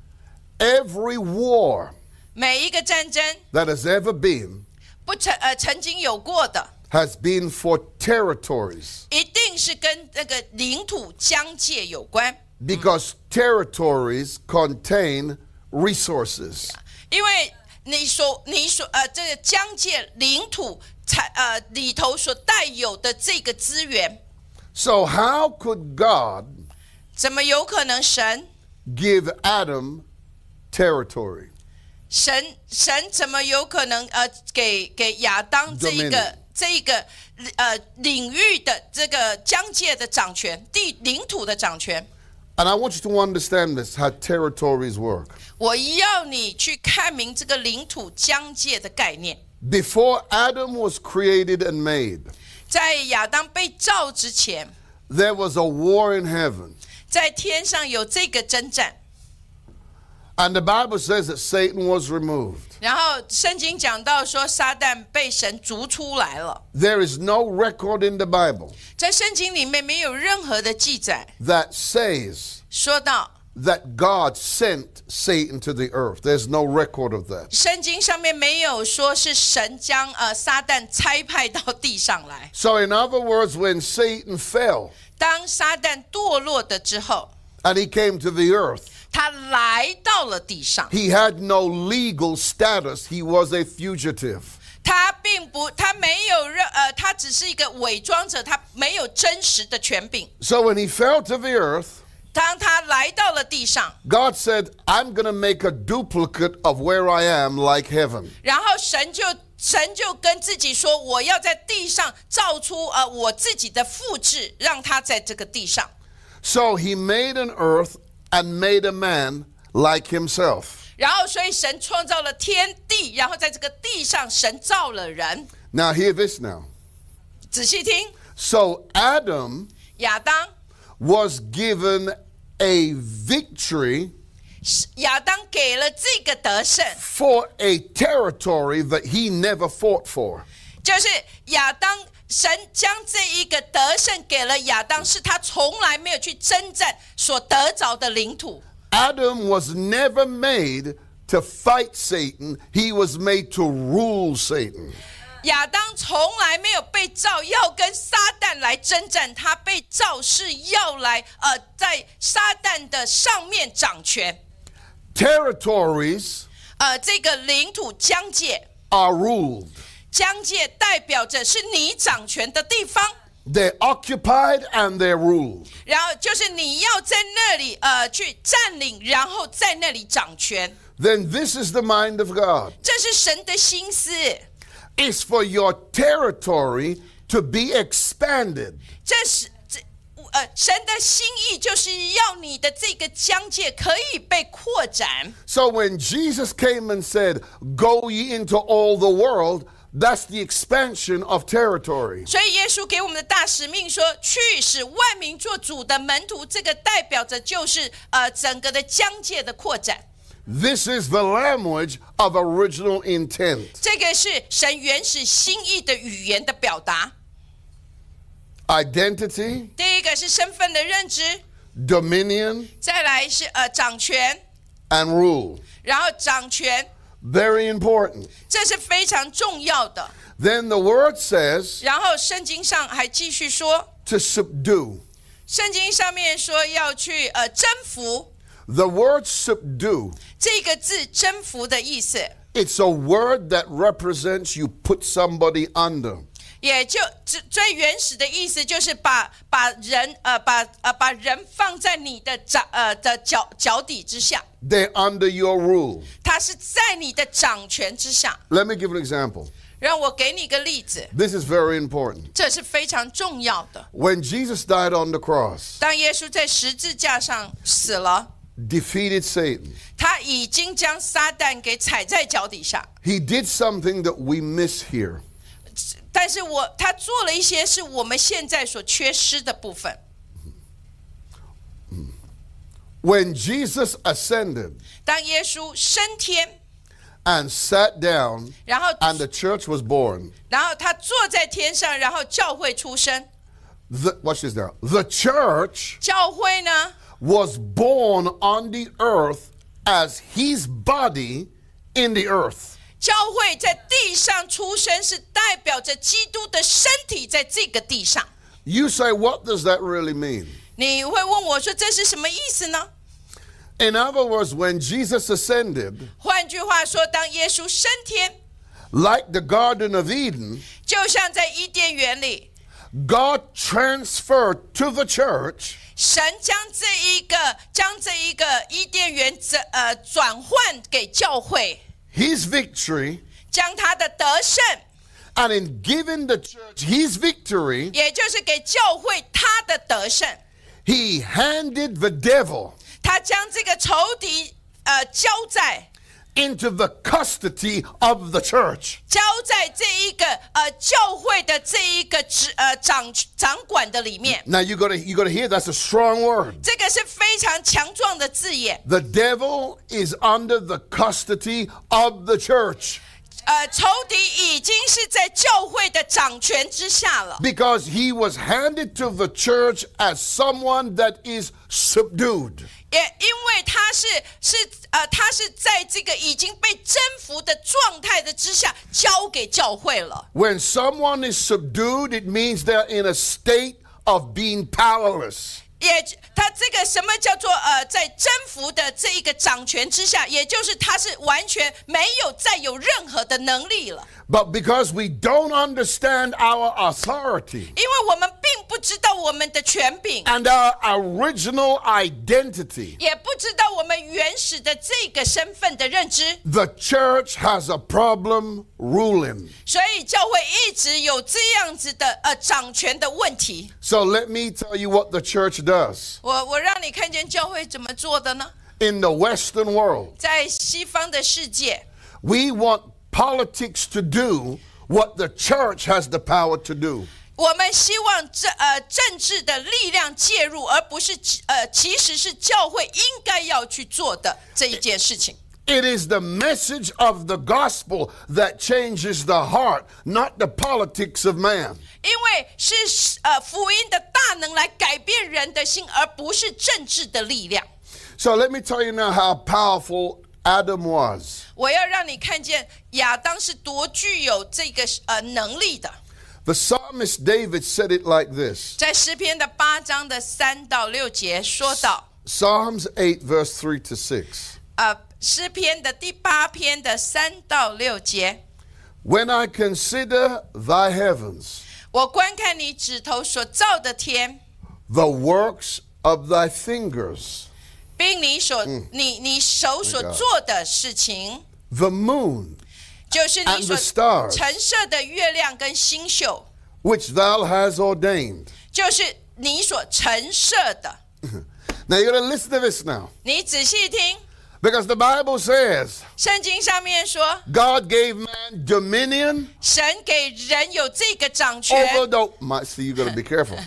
[SPEAKER 2] every war
[SPEAKER 1] 每一个战争
[SPEAKER 2] that has ever been
[SPEAKER 1] 不曾呃曾经有过的，
[SPEAKER 2] has been for territories
[SPEAKER 1] 一定是跟那个领土疆界有关，
[SPEAKER 2] because territories contain resources.
[SPEAKER 1] 因为你所你所呃这个疆界领土才呃里头所带有的这个资源，
[SPEAKER 2] So, how could God
[SPEAKER 1] 怎么有可能神
[SPEAKER 2] give Adam territory?
[SPEAKER 1] 神神怎么有可能呃给给亚当这一个
[SPEAKER 2] Dominion
[SPEAKER 1] 这一个呃领域的这个疆界的掌权地领土的掌权？
[SPEAKER 2] And I want you to understand this how territories work.
[SPEAKER 1] 我要你去看明这个领土疆界的概念。
[SPEAKER 2] Before Adam was created and made,
[SPEAKER 1] 在亚当被造之前，
[SPEAKER 2] there was a war in heaven.
[SPEAKER 1] 在天上有这个征战，
[SPEAKER 2] And the Bible says that Satan was removed.
[SPEAKER 1] 然后圣经讲到说撒旦被神逐出来了。
[SPEAKER 2] There is no record in the Bible
[SPEAKER 1] 在圣经里面没有任何的记载
[SPEAKER 2] that says
[SPEAKER 1] 说到，
[SPEAKER 2] that God sent Satan to the earth. There's no record of that.
[SPEAKER 1] 圣经上面没有说是神将呃撒旦差派到地上来。
[SPEAKER 2] So, in other words, when Satan fell
[SPEAKER 1] 当撒旦堕落的之后，
[SPEAKER 2] and he came to the earth,
[SPEAKER 1] 他来到了地上，
[SPEAKER 2] he had no legal status, he was a fugitive.
[SPEAKER 1] 他并不，他没有任呃，他只是一个伪装者，他没有真实的权柄。
[SPEAKER 2] So, when he fell to the earth,
[SPEAKER 1] 当他来到了地上，
[SPEAKER 2] God said, I'm going to make a duplicate of where I am, like heaven.
[SPEAKER 1] 然后神就神就跟自己说，我要在地上造出呃我自己的复制，让他在这个地上。
[SPEAKER 2] So, he made an earth and made a man like himself.
[SPEAKER 1] 然后，所以神创造了天地，然后在这个地上，神造了人。
[SPEAKER 2] Now, hear this now.
[SPEAKER 1] 仔细听，
[SPEAKER 2] So, Adam
[SPEAKER 1] 亚当，
[SPEAKER 2] was given a victory
[SPEAKER 1] 亚当给了这个得胜，
[SPEAKER 2] for a territory that he never fought for.
[SPEAKER 1] 就是亚当，神将这一个得胜给了亚当，是他从来没有去征战所得着的领土。
[SPEAKER 2] Adam was never made to fight Satan, he was made to rule Satan.
[SPEAKER 1] 亚当从来没有被造要跟撒旦来征战，他被造是要来呃在撒旦的上面掌权，
[SPEAKER 2] Territories
[SPEAKER 1] 呃这个领土疆界，
[SPEAKER 2] are ruled,
[SPEAKER 1] 疆界代表着是你掌权的地方，
[SPEAKER 2] they're occupied and they're ruled.
[SPEAKER 1] 然后就是你要在那里呃去占领，然后在那里掌权，
[SPEAKER 2] Then this is the mind of God.
[SPEAKER 1] 这是神的心思，
[SPEAKER 2] It's for your territory to be expanded.
[SPEAKER 1] 这是这呃神的心意就是要你的这个疆界可以被扩展。
[SPEAKER 2] So when Jesus came and said, Go ye into all the world, that's the expansion of territory.
[SPEAKER 1] 所以耶稣给我们的大使命说：“去使万民做主的门徒。”这个代表着就是呃整个的疆界的扩展，
[SPEAKER 2] This is the language of original intent.
[SPEAKER 1] 这个是神原始心意的语言的表达。
[SPEAKER 2] Identity,
[SPEAKER 1] 第一个是身份的认知，
[SPEAKER 2] dominion,
[SPEAKER 1] 再来是呃掌权，
[SPEAKER 2] and rule.
[SPEAKER 1] 然后掌权，
[SPEAKER 2] Very important.
[SPEAKER 1] 这是非常重要的。
[SPEAKER 2] Then the word says
[SPEAKER 1] 然后圣经上还继续说，
[SPEAKER 2] to subdue.
[SPEAKER 1] 圣经上面说要去呃征服，
[SPEAKER 2] The word subdue,
[SPEAKER 1] 这个字征服的意思。
[SPEAKER 2] it's a word that represents you put somebody under.
[SPEAKER 1] 也就最最原始的意思就是把把人呃把呃把人放在你的掌呃的脚脚底之下，
[SPEAKER 2] They're under your rule.
[SPEAKER 1] 他是在你的掌权之下。
[SPEAKER 2] Let me give an example.
[SPEAKER 1] 让我给你一个例子，
[SPEAKER 2] This is very important.
[SPEAKER 1] 这是非常重要的。
[SPEAKER 2] When Jesus died on the cross,
[SPEAKER 1] 当耶稣在十字架上死了，
[SPEAKER 2] defeated Satan,
[SPEAKER 1] 他已经将撒旦给踩在脚底下。
[SPEAKER 2] he did something that we miss here.
[SPEAKER 1] 但是我他做了一些是我们现在所缺失的部分。
[SPEAKER 2] When Jesus ascended
[SPEAKER 1] 当耶稣升天，
[SPEAKER 2] and sat down,
[SPEAKER 1] 然后
[SPEAKER 2] and the church was born,
[SPEAKER 1] 然后他坐在天上，然后教会出生。
[SPEAKER 2] the, watch this now. The church
[SPEAKER 1] 教会呢，
[SPEAKER 2] was born on the earth as his body in the earth.
[SPEAKER 1] 教会在地上出生是代表着基督的身体在这个地上。
[SPEAKER 2] You say, what does that really mean?
[SPEAKER 1] 你会问我说这是什么意思呢？
[SPEAKER 2] In other words, when Jesus ascended,
[SPEAKER 1] 换句话说，当耶稣升天，
[SPEAKER 2] like the Garden of Eden,
[SPEAKER 1] 就像在伊甸园里，
[SPEAKER 2] God transferred to the church
[SPEAKER 1] 神将这一个将这一个伊甸园转呃转换给教会，
[SPEAKER 2] his victory,
[SPEAKER 1] 将他的得胜，
[SPEAKER 2] and in giving the church his victory,
[SPEAKER 1] 也就是给教会他的得胜，
[SPEAKER 2] he handed the devil
[SPEAKER 1] 他将这个仇敌呃交在
[SPEAKER 2] into the custody of the church.
[SPEAKER 1] 交在这一个呃教会的这一个执呃掌掌管的里面，
[SPEAKER 2] Now you gotta you gotta hear that's a strong word.
[SPEAKER 1] 这个是非常强壮的字眼。
[SPEAKER 2] The devil is under the custody of the church
[SPEAKER 1] 呃，仇敌已经是在教会的掌权之下了，
[SPEAKER 2] because he was handed to the church as someone that is subdued.
[SPEAKER 1] 也因为他是是呃他是在这个已经被征服的状态的之下交给教会了。
[SPEAKER 2] When someone is subdued, it means they're in a state of being powerless.
[SPEAKER 1] 也，他这个什么叫做呃，在征服的这一个掌权之下，也就是他是完全没有再有任何的能力了，
[SPEAKER 2] But because we don't understand our authority
[SPEAKER 1] 因为我们并不知道我们的权柄，
[SPEAKER 2] and our original identity,
[SPEAKER 1] 也不知道我们原始的这个身份的认知，
[SPEAKER 2] the church has a problem ruling.
[SPEAKER 1] 所以教会一直有这样子的呃掌权的问题。
[SPEAKER 2] So let me tell you what the church does.
[SPEAKER 1] 我我让你看见教会怎么做的呢？
[SPEAKER 2] In the Western world,
[SPEAKER 1] 在西方的世界，
[SPEAKER 2] we want politics to do what the church has the power to do.
[SPEAKER 1] 我们希望政呃政治的力量介入，而不是呃其实是教会应该要去做的这一件事情。
[SPEAKER 2] It is the message of the gospel that changes the heart, not the politics of man.
[SPEAKER 1] 因为是呃福音的大能来改变人的心，而不是政治的力量。
[SPEAKER 2] So let me tell you now how powerful Adam was.
[SPEAKER 1] 我要让你看见亚当是多具有这个呃能力的。
[SPEAKER 2] The psalmist David said it like this
[SPEAKER 1] 在诗篇的八章的三到六节说到，
[SPEAKER 2] Psalms 8, verse 3 to 6.
[SPEAKER 1] 呃，诗篇的第八篇的三到六节，
[SPEAKER 2] When I consider thy heavens,
[SPEAKER 1] 我观看你指头所造的天，
[SPEAKER 2] the works of thy fingers,
[SPEAKER 1] 并你所、
[SPEAKER 2] 嗯
[SPEAKER 1] 你你手所做的事情，
[SPEAKER 2] the moon,
[SPEAKER 1] 就是你
[SPEAKER 2] Oh And the
[SPEAKER 1] 所
[SPEAKER 2] stars.
[SPEAKER 1] 陈设的月亮跟星宿，
[SPEAKER 2] which thou hast ordained.
[SPEAKER 1] 就是你所陈设的。
[SPEAKER 2] Now you're going to listen to this now.
[SPEAKER 1] 你仔细听，
[SPEAKER 2] Because the Bible says
[SPEAKER 1] 圣经上面说，
[SPEAKER 2] God gave man dominion
[SPEAKER 1] 神给人有这个掌权，
[SPEAKER 2] over the. My, see, you got to be careful.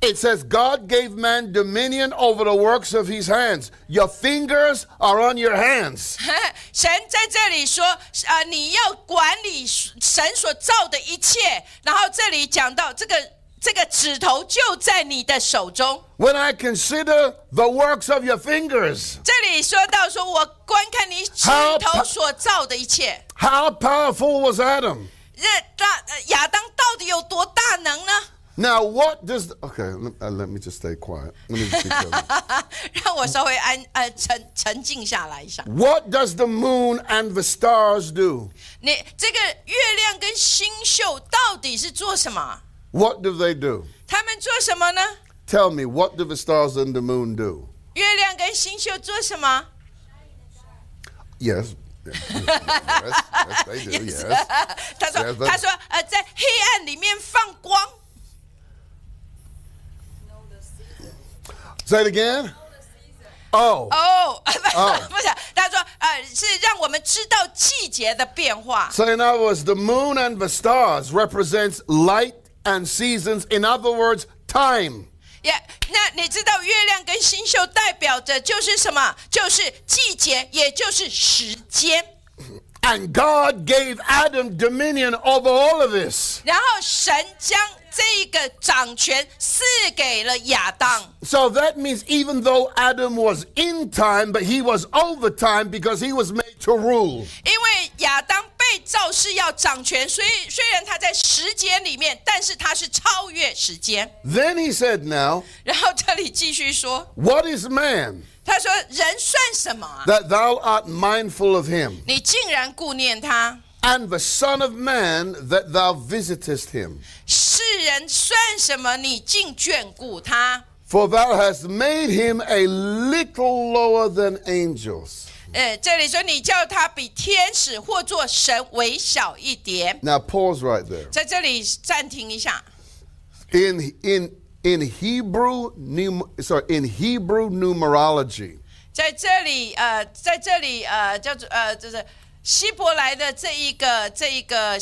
[SPEAKER 2] It says God gave man dominion over the works of his hands. Your fingers are on your hands.
[SPEAKER 1] 神在这里说，呃，你要管理神所造的一切。然后这里讲到这个这个指头就在你的手中。
[SPEAKER 2] When I consider the works of your fingers,
[SPEAKER 1] 这里说到说，我观看你指头所造的一切。
[SPEAKER 2] how powerful was Adam?
[SPEAKER 1] 那大呃亚当到底有多大能呢？
[SPEAKER 2] Now, what does. Okay, let, uh, let me just stay quiet. Let me just be careful.
[SPEAKER 1] 让我稍微安呃沉沉静下来一下。
[SPEAKER 2] What does the moon and the stars do?
[SPEAKER 1] 你这个月亮跟星宿到底是做什么？
[SPEAKER 2] What do they do?
[SPEAKER 1] 他们做什么呢？
[SPEAKER 2] Tell me, what do the stars and the moon do?
[SPEAKER 1] 月亮跟星宿做什么？
[SPEAKER 2] Yes. Yes, yes, yes, they do, yes.
[SPEAKER 1] 啊他说
[SPEAKER 2] Yes, but-
[SPEAKER 1] 他说呃，在黑暗里面放光，
[SPEAKER 2] Say it again. Oh,
[SPEAKER 1] 哦， 不是，他说呃，是让我们知道季节的变化。
[SPEAKER 2] so in other words, the moon and the stars represents light and seasons. In other words, time.
[SPEAKER 1] 也、那你知道月亮跟星宿代表着就是什么？就是季节，也就是时间。
[SPEAKER 2] And God gave Adam dominion over all of this.
[SPEAKER 1] 然后神将这个掌权赐给了亚当，
[SPEAKER 2] So that means even though Adam was in time, but he was over time because he was made to rule.
[SPEAKER 1] 因为亚当被造是要掌权，所以虽然他在时间里面，但是他是超越时间。
[SPEAKER 2] Then he said, Now,
[SPEAKER 1] 然后这里继续说，
[SPEAKER 2] what is man
[SPEAKER 1] 他说：“人算什么啊？
[SPEAKER 2] that thou art mindful of him?
[SPEAKER 1] 你竟然顾念他？
[SPEAKER 2] and the Son of Man that thou visitest him.
[SPEAKER 1] 世人算什么？你竟眷顾他？
[SPEAKER 2] For thou hast made him a little lower than angels.
[SPEAKER 1] 呃，这里说你叫他比天使或做神微小一点。
[SPEAKER 2] Now pause right there.
[SPEAKER 1] 在这里暂停一下。
[SPEAKER 2] In in in Hebrew num, sorry, in Hebrew numerology,
[SPEAKER 1] 在这里，呃，在这里，呃，叫做呃，就是希伯来的这一个这一个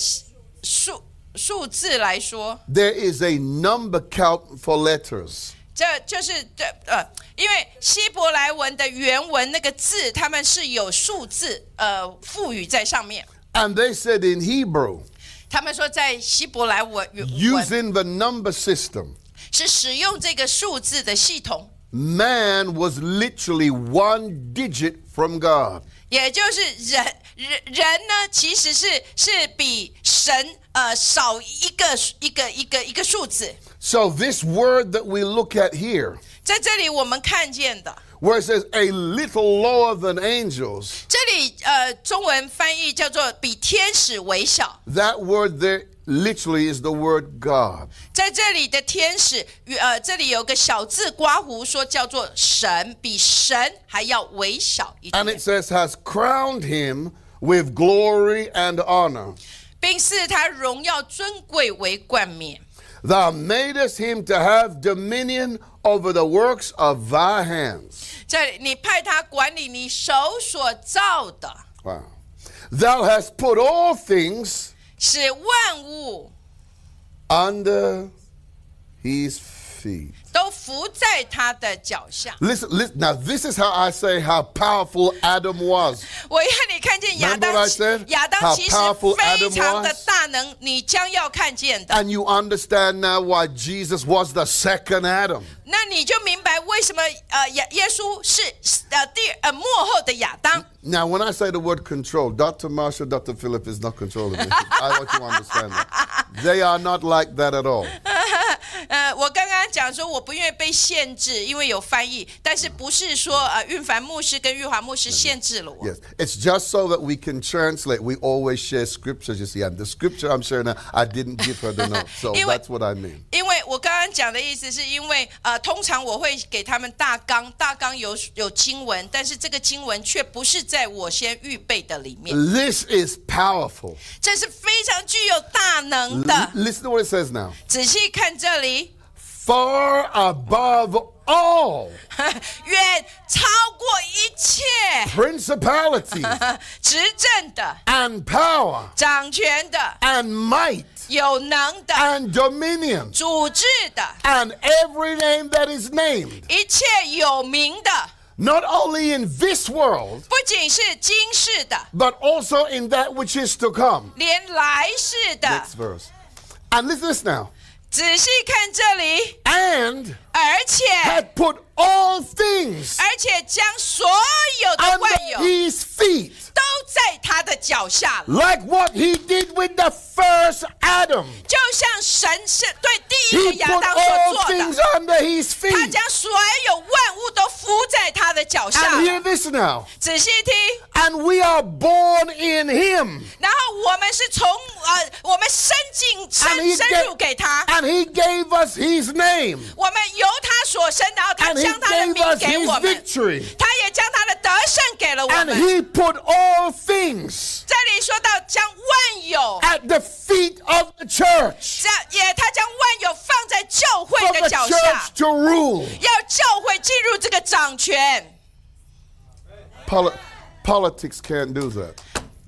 [SPEAKER 1] 数数字来说，
[SPEAKER 2] there is a number count for letters.
[SPEAKER 1] 这就是这呃，因为希伯来文的原文那个字，他们是有数字呃赋予在上面。
[SPEAKER 2] And they said in Hebrew,
[SPEAKER 1] 他们说在希伯来文原文
[SPEAKER 2] using the number system,
[SPEAKER 1] 是使用这个数字的系统，
[SPEAKER 2] man was literally one digit from God.
[SPEAKER 1] 也就是人人人呢，其实是是比神呃少一个一个一个一个数字。
[SPEAKER 2] So this word that we look at here
[SPEAKER 1] 在这里我们看见的，
[SPEAKER 2] where it says a little lower than angels,
[SPEAKER 1] 这里呃中文翻译叫做比天使微小，
[SPEAKER 2] that word there literally is the word God.
[SPEAKER 1] 在这里的天使与呃这里有个小字刮胡说叫做神，比神还要微小一
[SPEAKER 2] And it
[SPEAKER 1] 点，
[SPEAKER 2] says, has crowned him with glory and honor.
[SPEAKER 1] 并视他荣耀尊贵为冠冕。
[SPEAKER 2] Thou madest him to have dominion over the works of thy hands.
[SPEAKER 1] 这里你派他管理你手所造的，
[SPEAKER 2] Wow. Thou hast put all things
[SPEAKER 1] 使万物
[SPEAKER 2] under his feet.
[SPEAKER 1] 都伏在他的脚下。
[SPEAKER 2] Listen, listen, now this is how I say how powerful Adam was.
[SPEAKER 1] 我要你看见亚
[SPEAKER 2] Remember what
[SPEAKER 1] 当
[SPEAKER 2] I
[SPEAKER 1] 其
[SPEAKER 2] said?
[SPEAKER 1] 亚当
[SPEAKER 2] How
[SPEAKER 1] 其实
[SPEAKER 2] powerful
[SPEAKER 1] 非
[SPEAKER 2] Adam
[SPEAKER 1] 常的
[SPEAKER 2] was?
[SPEAKER 1] 大能，你将要看见的。
[SPEAKER 2] And you understand now why Jesus was the second Adam.
[SPEAKER 1] 那你就明白为什么呃耶耶稣是呃第呃幕后的亚当。
[SPEAKER 2] Now, when I say the word control, Dr. Marsha, Dr. Philip is not controlling me. I want you to understand that. They are not like that at all.
[SPEAKER 1] 呃，我刚刚讲说我不愿意被限制，因为有翻译，但是不是说呃运凡牧师跟玉华牧师限制了我？
[SPEAKER 2] Yes. It's just so that we can translate. We always share scriptures, you see. And the scripture I'm sharing now, I didn't give her the note. So
[SPEAKER 1] It wa-
[SPEAKER 2] that's what I mean.
[SPEAKER 1] 因为我刚刚讲的意思是因为呃，通常我会给他们大纲，大纲有有经文，但是这个经文却不是在我先预备的里面，
[SPEAKER 2] This is powerful.
[SPEAKER 1] 这是非常具有大能
[SPEAKER 2] L-
[SPEAKER 1] 的。
[SPEAKER 2] listen to what it says now.
[SPEAKER 1] 仔细看这里，
[SPEAKER 2] Far above all
[SPEAKER 1] 远超过一切
[SPEAKER 2] principalities
[SPEAKER 1] 执政的、
[SPEAKER 2] and power
[SPEAKER 1] 掌权的、
[SPEAKER 2] and might
[SPEAKER 1] 有能的、
[SPEAKER 2] and dominion
[SPEAKER 1] 组织的、
[SPEAKER 2] and every name that is named.
[SPEAKER 1] 一切有名的，
[SPEAKER 2] not only in this world,
[SPEAKER 1] 不仅是今世的，
[SPEAKER 2] but also in that which is to come.
[SPEAKER 1] 连来世的
[SPEAKER 2] Next。verse. And listen to this now.
[SPEAKER 1] 仔细看这里，
[SPEAKER 2] And
[SPEAKER 1] 而且。
[SPEAKER 2] had put all things
[SPEAKER 1] 而且将所有的万
[SPEAKER 2] under
[SPEAKER 1] 有
[SPEAKER 2] his feet,
[SPEAKER 1] 都在他的脚下了，
[SPEAKER 2] like what he did with the first Adam.
[SPEAKER 1] 就像神是对第一个
[SPEAKER 2] He
[SPEAKER 1] 亚
[SPEAKER 2] put
[SPEAKER 1] 当所
[SPEAKER 2] all
[SPEAKER 1] 做
[SPEAKER 2] things
[SPEAKER 1] 的，
[SPEAKER 2] under his
[SPEAKER 1] 他
[SPEAKER 2] feet.
[SPEAKER 1] 将所有万物都伏在他的脚下了。
[SPEAKER 2] And hear this now.
[SPEAKER 1] 仔细听，
[SPEAKER 2] And we are born in him.
[SPEAKER 1] 然后我们是从呃，我们伸进
[SPEAKER 2] And he,
[SPEAKER 1] 深深入给
[SPEAKER 2] gave,
[SPEAKER 1] 他，
[SPEAKER 2] and he gave us his name.
[SPEAKER 1] 我们由他所生，然后他
[SPEAKER 2] And he
[SPEAKER 1] 将他的
[SPEAKER 2] gave
[SPEAKER 1] 名
[SPEAKER 2] us
[SPEAKER 1] 给
[SPEAKER 2] his
[SPEAKER 1] 我们，
[SPEAKER 2] victory.
[SPEAKER 1] 他也将他的得胜给了我
[SPEAKER 2] And
[SPEAKER 1] 们。
[SPEAKER 2] he put all things
[SPEAKER 1] 这里说到将万有，
[SPEAKER 2] at the feet of the church.
[SPEAKER 1] 这也他将万有放在教会
[SPEAKER 2] For
[SPEAKER 1] 的
[SPEAKER 2] the
[SPEAKER 1] 脚下
[SPEAKER 2] church，to rule.
[SPEAKER 1] 要教会进入这个掌权。
[SPEAKER 2] Poli- politics can't do that.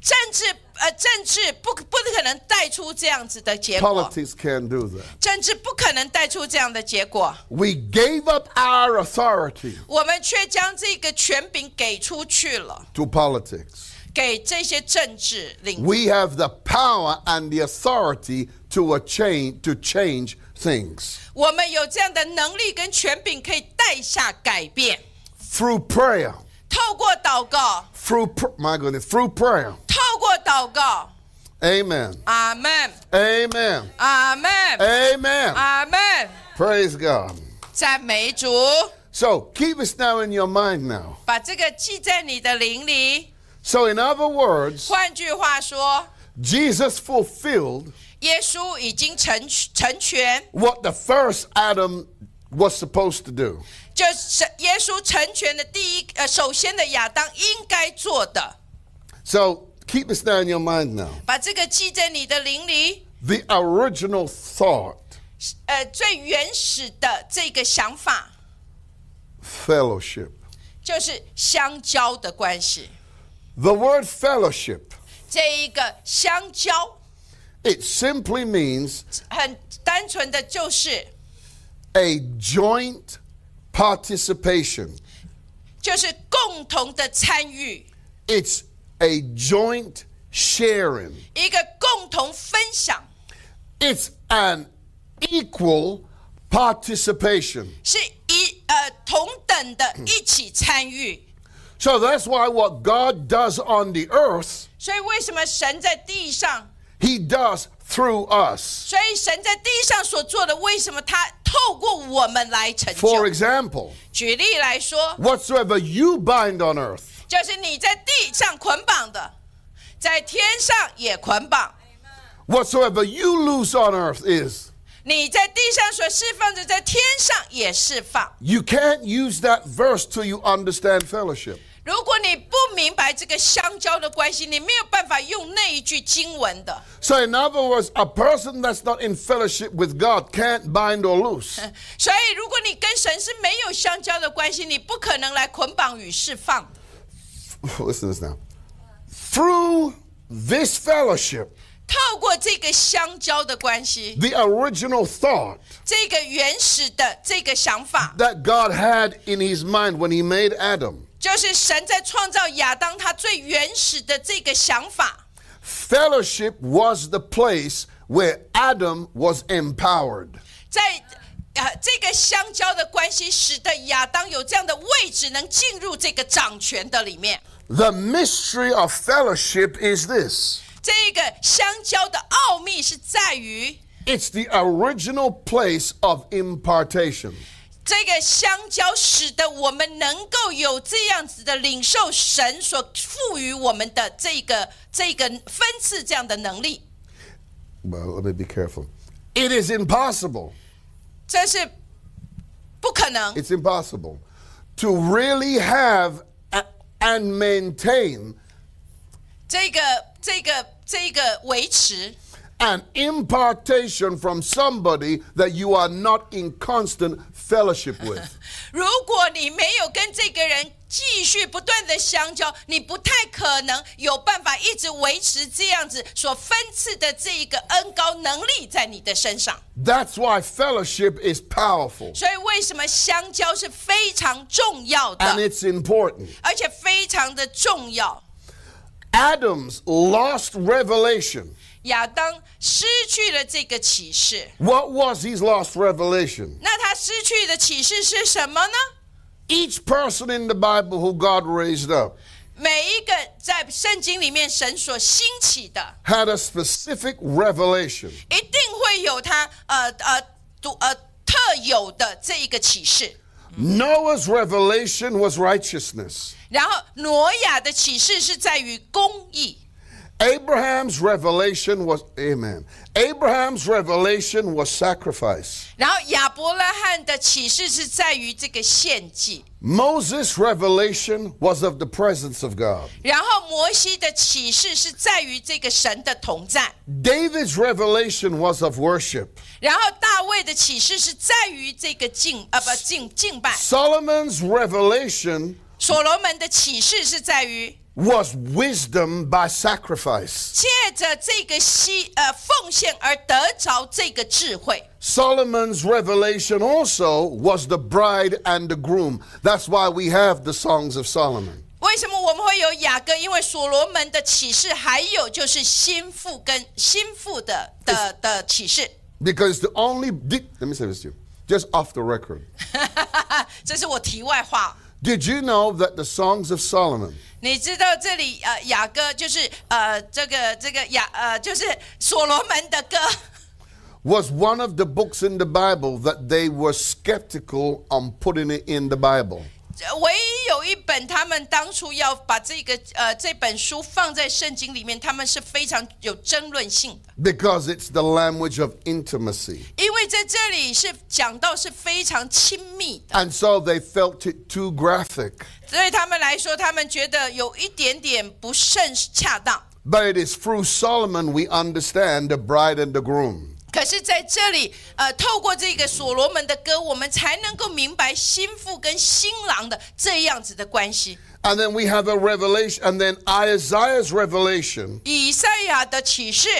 [SPEAKER 1] 政治呃，政治不不可能带出这样子的结果，
[SPEAKER 2] Politics can't do that.
[SPEAKER 1] 政治不可能带出这样的结果。
[SPEAKER 2] We gave up our authority
[SPEAKER 1] 我们却将这个权柄给出去了，
[SPEAKER 2] to politics.
[SPEAKER 1] 给这些政治领
[SPEAKER 2] We have the power and the authority to a change to change things
[SPEAKER 1] 我们有这样的能力跟权柄，可以带下改变。
[SPEAKER 2] through prayer.
[SPEAKER 1] 透过祷告，
[SPEAKER 2] Through pr- my goodness, through prayer.
[SPEAKER 1] 透过祷告，
[SPEAKER 2] Amen.
[SPEAKER 1] 阿门，
[SPEAKER 2] Amen.
[SPEAKER 1] 阿门，
[SPEAKER 2] Amen.
[SPEAKER 1] 阿门，
[SPEAKER 2] Praise God.
[SPEAKER 1] 赞美主，
[SPEAKER 2] So keep this now in your mind now.
[SPEAKER 1] 把这个记在你的灵里。
[SPEAKER 2] So in other words,
[SPEAKER 1] 换句话说，
[SPEAKER 2] Jesus fulfilled
[SPEAKER 1] 耶稣已经成成全，
[SPEAKER 2] what the first Adam was supposed to do.
[SPEAKER 1] 就是耶稣成全的第一呃，首先的亚当应该做的，
[SPEAKER 2] So keep this now in your mind now.
[SPEAKER 1] 把这个记在你的灵里。
[SPEAKER 2] The original thought,
[SPEAKER 1] 呃，最原始的这个想法
[SPEAKER 2] fellowship.
[SPEAKER 1] 就是相交的关系，
[SPEAKER 2] The word fellowship,
[SPEAKER 1] 这一个相交
[SPEAKER 2] it simply means
[SPEAKER 1] 很单纯的就是。
[SPEAKER 2] a joint participation.
[SPEAKER 1] 就是共同的参与，
[SPEAKER 2] It's a joint sharing.
[SPEAKER 1] 一个共同分享，
[SPEAKER 2] It's an equal participation.
[SPEAKER 1] 是一呃同等的一起参与。
[SPEAKER 2] So that's why what God does on the earth,
[SPEAKER 1] 所以为什么神在地上？
[SPEAKER 2] He does through us.
[SPEAKER 1] 所以神在地上所做的，为什么他透过我们来成
[SPEAKER 2] For
[SPEAKER 1] 就？
[SPEAKER 2] example,
[SPEAKER 1] 举例来说，
[SPEAKER 2] whatsoever you bind on earth
[SPEAKER 1] 就是你在地上捆绑的，在天上也捆绑；
[SPEAKER 2] whatsoever you loose on earth is.
[SPEAKER 1] 你在地上所释放的，在天上也释放。
[SPEAKER 2] You can't use that verse till you understand fellowship.
[SPEAKER 1] 如果你不明白这个相交的关系，你没有办法用那一句经文的。
[SPEAKER 2] So, in other words, a person that's not in fellowship with God can't bind or loose.
[SPEAKER 1] 呃所以，如果你跟神是没有相交的关系，你不可能来捆绑与释放的。
[SPEAKER 2] Listen to this now. Through this fellowship,
[SPEAKER 1] 透过这个相交的关系，
[SPEAKER 2] the original thought
[SPEAKER 1] 这个原始的这个想法，
[SPEAKER 2] that God had in his mind when he made Adam,
[SPEAKER 1] 就是神在创造亚当他最原始的这个想法。
[SPEAKER 2] fellowship was the place where Adam was empowered.
[SPEAKER 1] 在呃这个相交的关系，使得亚当有这样的位置，能进入这个掌权的里面。
[SPEAKER 2] The mystery of fellowship is this.
[SPEAKER 1] 这个相交的奥秘是在于，
[SPEAKER 2] It's the original place of impartation.
[SPEAKER 1] 这个相交使得我们能够有这样子的领受神所赋予我们的这个这个分次这样的能力，
[SPEAKER 2] Well, let me be careful. It is impossible.
[SPEAKER 1] 这是不可能。
[SPEAKER 2] It's impossible to really have a- and maintain
[SPEAKER 1] 这个这个这个维持，
[SPEAKER 2] an impartation from somebody that you are not in constant fellowship with.
[SPEAKER 1] 如果你没有跟这个人继续不断的相交，你不太可能有办法一直维持这样子所分次的这一个恩高能力在你的身上。
[SPEAKER 2] That's why fellowship is powerful
[SPEAKER 1] 所以，为什么相交是非常重要的？
[SPEAKER 2] and it's important.
[SPEAKER 1] 而且非常的重要。
[SPEAKER 2] Adam's lost revelation.
[SPEAKER 1] 亚当失去了这个启示，
[SPEAKER 2] What was his lost revelation?
[SPEAKER 1] 那他失去的启示是什么呢？
[SPEAKER 2] each person in the Bible who God raised up
[SPEAKER 1] 每一个在圣经里面神所兴起的，
[SPEAKER 2] had a specific revelation.
[SPEAKER 1] 一定会有他呃呃独呃特有的这一个启示。
[SPEAKER 2] Noah's revelation was righteousness.
[SPEAKER 1] 然后挪亚的启示是在于公义，
[SPEAKER 2] Abraham's revelation was amen. Abraham's revelation was sacrifice.
[SPEAKER 1] 然后亚伯拉罕的启示是在于这个献祭，
[SPEAKER 2] Moses' revelation was of the presence of God.
[SPEAKER 1] 然后摩西的启示是在于这个神的同在，
[SPEAKER 2] David's revelation was of worship.
[SPEAKER 1] 然后大卫的启示是在于这个敬呃不敬敬拜，
[SPEAKER 2] Solomon's revelation
[SPEAKER 1] 所罗门的启示是在于
[SPEAKER 2] was wisdom by sacrifice.
[SPEAKER 1] 借着这个牺呃奉献而得着这个智慧。
[SPEAKER 2] Solomon's revelation also was the bride and the groom. That's why we have the songs of Solomon.
[SPEAKER 1] 为什么我们会有雅各？因为所罗门的启示，还有就是心腹跟心腹的的的启示，
[SPEAKER 2] Because the only did, let me say this to you, just off the record.
[SPEAKER 1] 啊这是我题外话。
[SPEAKER 2] Did you know that the songs of Solomon
[SPEAKER 1] 你知道这里呃雅各就是呃这个这个雅呃就是所罗门的歌，
[SPEAKER 2] was one of the books in the Bible that they were skeptical on putting it in the Bible?
[SPEAKER 1] 这唯一有一本他们当初要把这个呃这本书放在圣经里面，他们是非常有争论性的，
[SPEAKER 2] Because it's the language of intimacy.
[SPEAKER 1] 因为在这里是讲到是非常亲密的。
[SPEAKER 2] And so they felt it too graphic.
[SPEAKER 1] 对他们来说，他们觉得有一点点不甚恰当。
[SPEAKER 2] But it is through Solomon we understand the bride and the groom.
[SPEAKER 1] 可是，在这里，呃，透过这个所罗门的歌，我们才能够明白心腹跟新郎的这样子的关系。
[SPEAKER 2] And then we have a revelation, and then Isaiah's revelation
[SPEAKER 1] 以赛亚的启示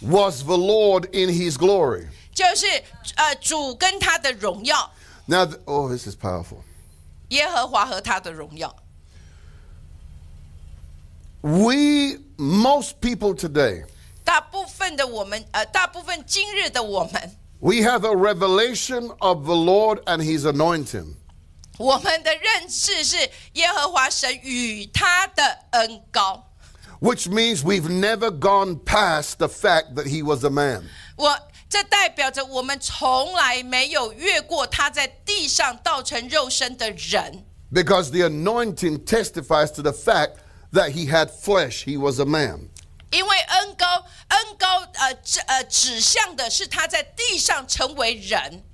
[SPEAKER 2] was the Lord in his glory.
[SPEAKER 1] 就是，呃，主跟他的荣耀，
[SPEAKER 2] Now, th- oh, this is powerful.
[SPEAKER 1] 耶和华和他的荣耀。
[SPEAKER 2] We, most people today,
[SPEAKER 1] 大部分的我们，呃，大部分今日的我们，
[SPEAKER 2] we have a revelation of the Lord and his anointing.
[SPEAKER 1] 我们的认识是耶和华神与他的恩高。
[SPEAKER 2] Which means we've never gone past the fact that he was a man.
[SPEAKER 1] 我这代表着我们从来没有越过他在地上道成肉身的人，
[SPEAKER 2] Because the anointing testifies to the fact that he had flesh, he was a man.
[SPEAKER 1] 因为恩高恩高呃指呃指向的是他在地上成为人。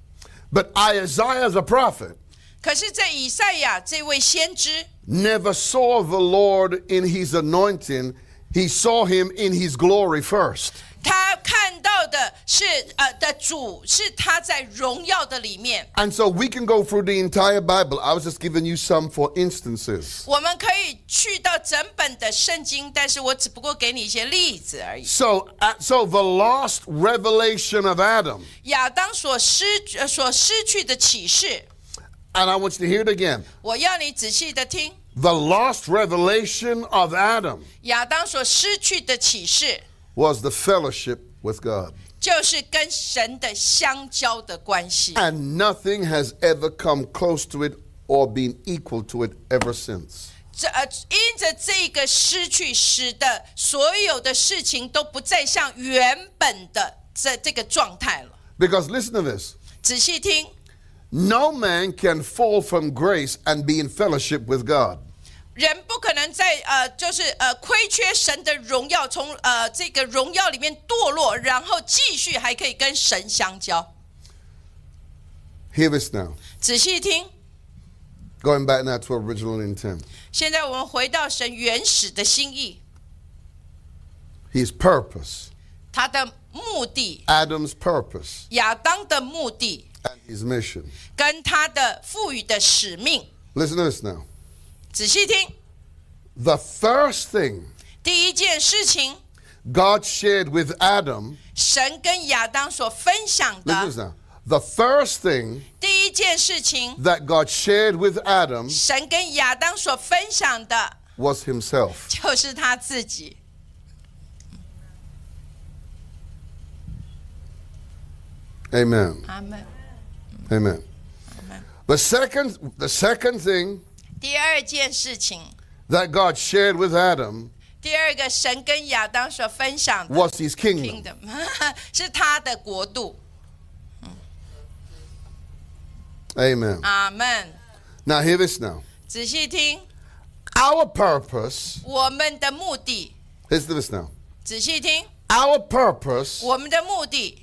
[SPEAKER 2] But Isaiah the prophet
[SPEAKER 1] 可是，在以赛亚这位先知，
[SPEAKER 2] never saw the Lord in his anointing, he saw him in his glory first.
[SPEAKER 1] 他看到的是呃的主是他在荣耀的里面。
[SPEAKER 2] And so we can go through the entire Bible. I was just giving you some for instances.
[SPEAKER 1] 我们可以去到整本的圣经，但是我只不过给你一些例子而已。
[SPEAKER 2] So, uh, so the last revelation of Adam,
[SPEAKER 1] 亚当所失呃所失去的启示，
[SPEAKER 2] and I want you to hear it again.
[SPEAKER 1] 我要你仔细的听。
[SPEAKER 2] The last revelation of Adam
[SPEAKER 1] 亚当所失去的启示，
[SPEAKER 2] was the fellowship with God.
[SPEAKER 1] 就是跟神的相交的关系，
[SPEAKER 2] And nothing has ever come close to it or been equal to it ever since.
[SPEAKER 1] 这呃，因着这个失去，使得所有的事情都不再像原本的这这个状态了。
[SPEAKER 2] Because listen to this
[SPEAKER 1] 仔细听，
[SPEAKER 2] no man can fall from grace and be in fellowship with God.
[SPEAKER 1] 人不可能在呃，就是呃，亏缺神的荣耀，从呃这个荣耀里面堕落，然后继续还可以跟神相交。
[SPEAKER 2] Hear this now.
[SPEAKER 1] 仔细听，
[SPEAKER 2] Going back now to original intent.
[SPEAKER 1] 现在我们回到神原始的心意，
[SPEAKER 2] His purpose,
[SPEAKER 1] 他的目的
[SPEAKER 2] Adam's purpose,
[SPEAKER 1] 亚当的目的
[SPEAKER 2] and his mission.
[SPEAKER 1] 跟他的赋予的使命。
[SPEAKER 2] Listen to this now.
[SPEAKER 1] 仔细听，
[SPEAKER 2] The first thing
[SPEAKER 1] 第一件事情，
[SPEAKER 2] God shared with Adam,
[SPEAKER 1] 神跟亚当所分享
[SPEAKER 2] listen to this
[SPEAKER 1] 的
[SPEAKER 2] now. The first thing
[SPEAKER 1] 第一件事情，
[SPEAKER 2] that God shared with Adam
[SPEAKER 1] 神跟亚当所分享的
[SPEAKER 2] was himself.
[SPEAKER 1] 就是他自己。
[SPEAKER 2] Amen.
[SPEAKER 1] Amen.
[SPEAKER 2] Amen.
[SPEAKER 1] Amen.
[SPEAKER 2] The The second, the second thing
[SPEAKER 1] 第二件事情，
[SPEAKER 2] that God shared with Adam
[SPEAKER 1] 第二个神跟亚当所分享的
[SPEAKER 2] was his kingdom.
[SPEAKER 1] kingdom 是他的国度。
[SPEAKER 2] Amen.
[SPEAKER 1] 阿门。
[SPEAKER 2] Now, hear this now.
[SPEAKER 1] 仔细听，
[SPEAKER 2] Our purpose,
[SPEAKER 1] 我们的目的，
[SPEAKER 2] here's this now.
[SPEAKER 1] 仔细听，
[SPEAKER 2] Our purpose
[SPEAKER 1] 我们的目的，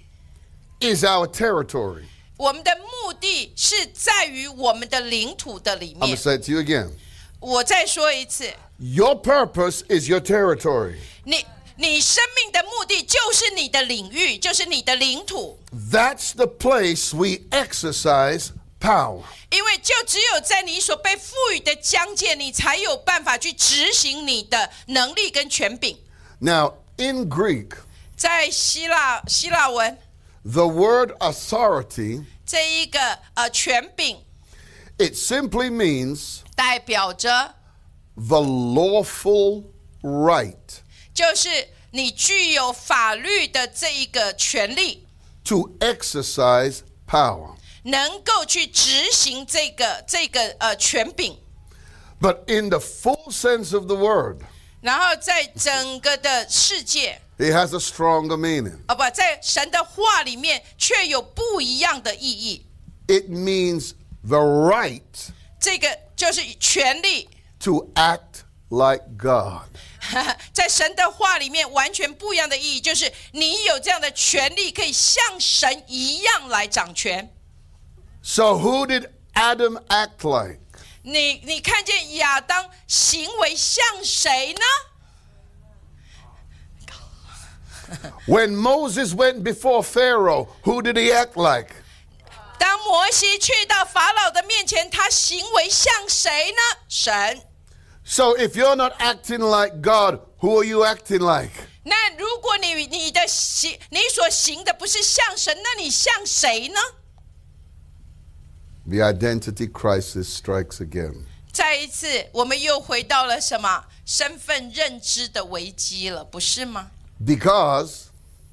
[SPEAKER 2] is our territory.
[SPEAKER 1] 我们的目的是在于我们的领土的里
[SPEAKER 2] I'm going
[SPEAKER 1] 面
[SPEAKER 2] to。say it to you again.
[SPEAKER 1] 我再说一次，
[SPEAKER 2] Your purpose is your territory.
[SPEAKER 1] 你你生命的目的就是你的领域，就是你的领土，
[SPEAKER 2] That's the place we exercise power.
[SPEAKER 1] 因为就只有在你所被赋予的疆界，你才有办法去执行你的能力跟权柄。
[SPEAKER 2] Now, in Greek,
[SPEAKER 1] 在希腊希腊文
[SPEAKER 2] the word authority,
[SPEAKER 1] 这一个呃权柄，
[SPEAKER 2] it simply means
[SPEAKER 1] 代表着
[SPEAKER 2] the lawful right
[SPEAKER 1] 就是你具有法律的这一个权利，
[SPEAKER 2] to exercise power.
[SPEAKER 1] 能够去执行这个这个呃权柄。
[SPEAKER 2] But in the full sense of the word,
[SPEAKER 1] 然后在整个的世界，
[SPEAKER 2] it has a stronger meaning.
[SPEAKER 1] 哦不，在神的话里面却有不一样的意义。
[SPEAKER 2] It means the right
[SPEAKER 1] 这个就是权利，
[SPEAKER 2] to act like God.
[SPEAKER 1] 在神的话里面完全不一样的意义，就是你有这样的权利，可以像神一样来掌权。
[SPEAKER 2] So, who did Adam act like?
[SPEAKER 1] 你你看见亚当行为像谁呢？
[SPEAKER 2] When Moses went before Pharaoh, who did he act like?
[SPEAKER 1] 当摩西去到法老的面前，他行为像谁呢？神。
[SPEAKER 2] So if you're not acting like God, who are you acting like?
[SPEAKER 1] 那如果你你的行你所行的不是像神，那你像谁呢？
[SPEAKER 2] The identity crisis strikes again.
[SPEAKER 1] 再一次，我们又回到了什么身份认知的危机了，不是吗？
[SPEAKER 2] Because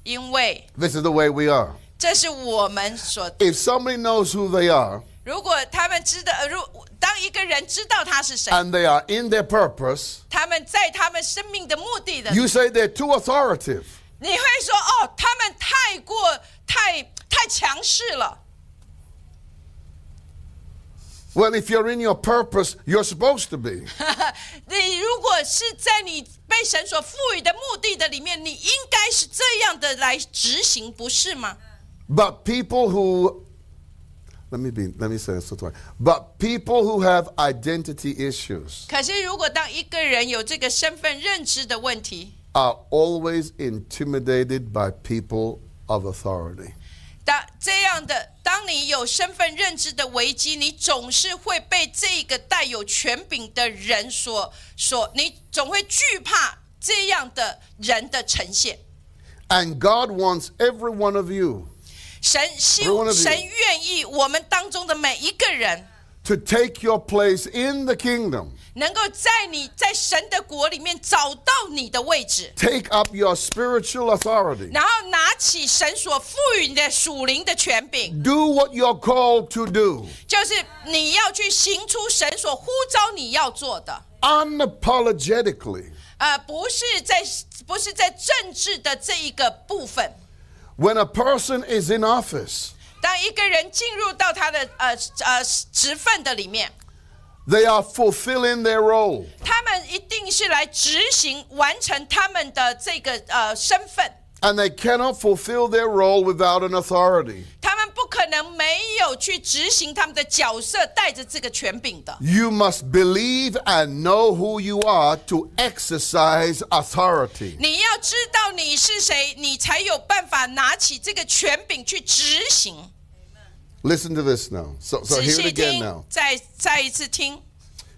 [SPEAKER 1] 因为
[SPEAKER 2] this is the way we are.
[SPEAKER 1] 这是我们所，
[SPEAKER 2] If somebody knows who they are
[SPEAKER 1] 如果他们知道，呃如当一个人知道他是谁，
[SPEAKER 2] and they are in their purpose,
[SPEAKER 1] 他们在他们生命的目的的，
[SPEAKER 2] you say they're too authoritative.
[SPEAKER 1] 你会说哦，他们太过太太强势了。
[SPEAKER 2] Well, if you're in your purpose, you're supposed to be.
[SPEAKER 1] 你如果是在你被神所赋予的目的的里面，你应该是这样的来执行，不是吗？
[SPEAKER 2] But people who let me be let me say this twice. But people who have identity issues
[SPEAKER 1] 可是，如果当一个人有这个身份认知的问题，
[SPEAKER 2] are always intimidated by people of authority.
[SPEAKER 1] 当这样的，当你有身份认知的危机，你总是会被这个带有权柄的人所所，你总会惧怕这样的人的呈现。
[SPEAKER 2] And God wants every one of you
[SPEAKER 1] 神希
[SPEAKER 2] Every one of you.
[SPEAKER 1] 神愿意我们当中的每一个人，
[SPEAKER 2] to take your place in the kingdom.
[SPEAKER 1] 能够在你在神的国里面找到你的位置，
[SPEAKER 2] Take up your spiritual authority.
[SPEAKER 1] 然后拿起神所赋予你的属灵的权柄，
[SPEAKER 2] Do what you're called to do.
[SPEAKER 1] 就是你要去行出神所呼召你要做的。
[SPEAKER 2] Unapologetically.
[SPEAKER 1] 呃，不是在不是在政治的这一个部分。
[SPEAKER 2] When a person is in office,
[SPEAKER 1] 当一个人进入到他的呃呃职分的里面，
[SPEAKER 2] they are fulfilling their role.
[SPEAKER 1] 他们一定是来执行完成他们的这个呃身份。
[SPEAKER 2] And they cannot fulfill their role without an authority.
[SPEAKER 1] 他们不可能没有去执行他们的角色，带着这个权柄的。
[SPEAKER 2] You must believe and know who you are to exercise authority.
[SPEAKER 1] 你要知道你是谁，你才有办法拿起这个权柄去执行。
[SPEAKER 2] Listen to this now. So, so
[SPEAKER 1] 仔
[SPEAKER 2] hear it
[SPEAKER 1] 细
[SPEAKER 2] again now.
[SPEAKER 1] 听，再再一次听。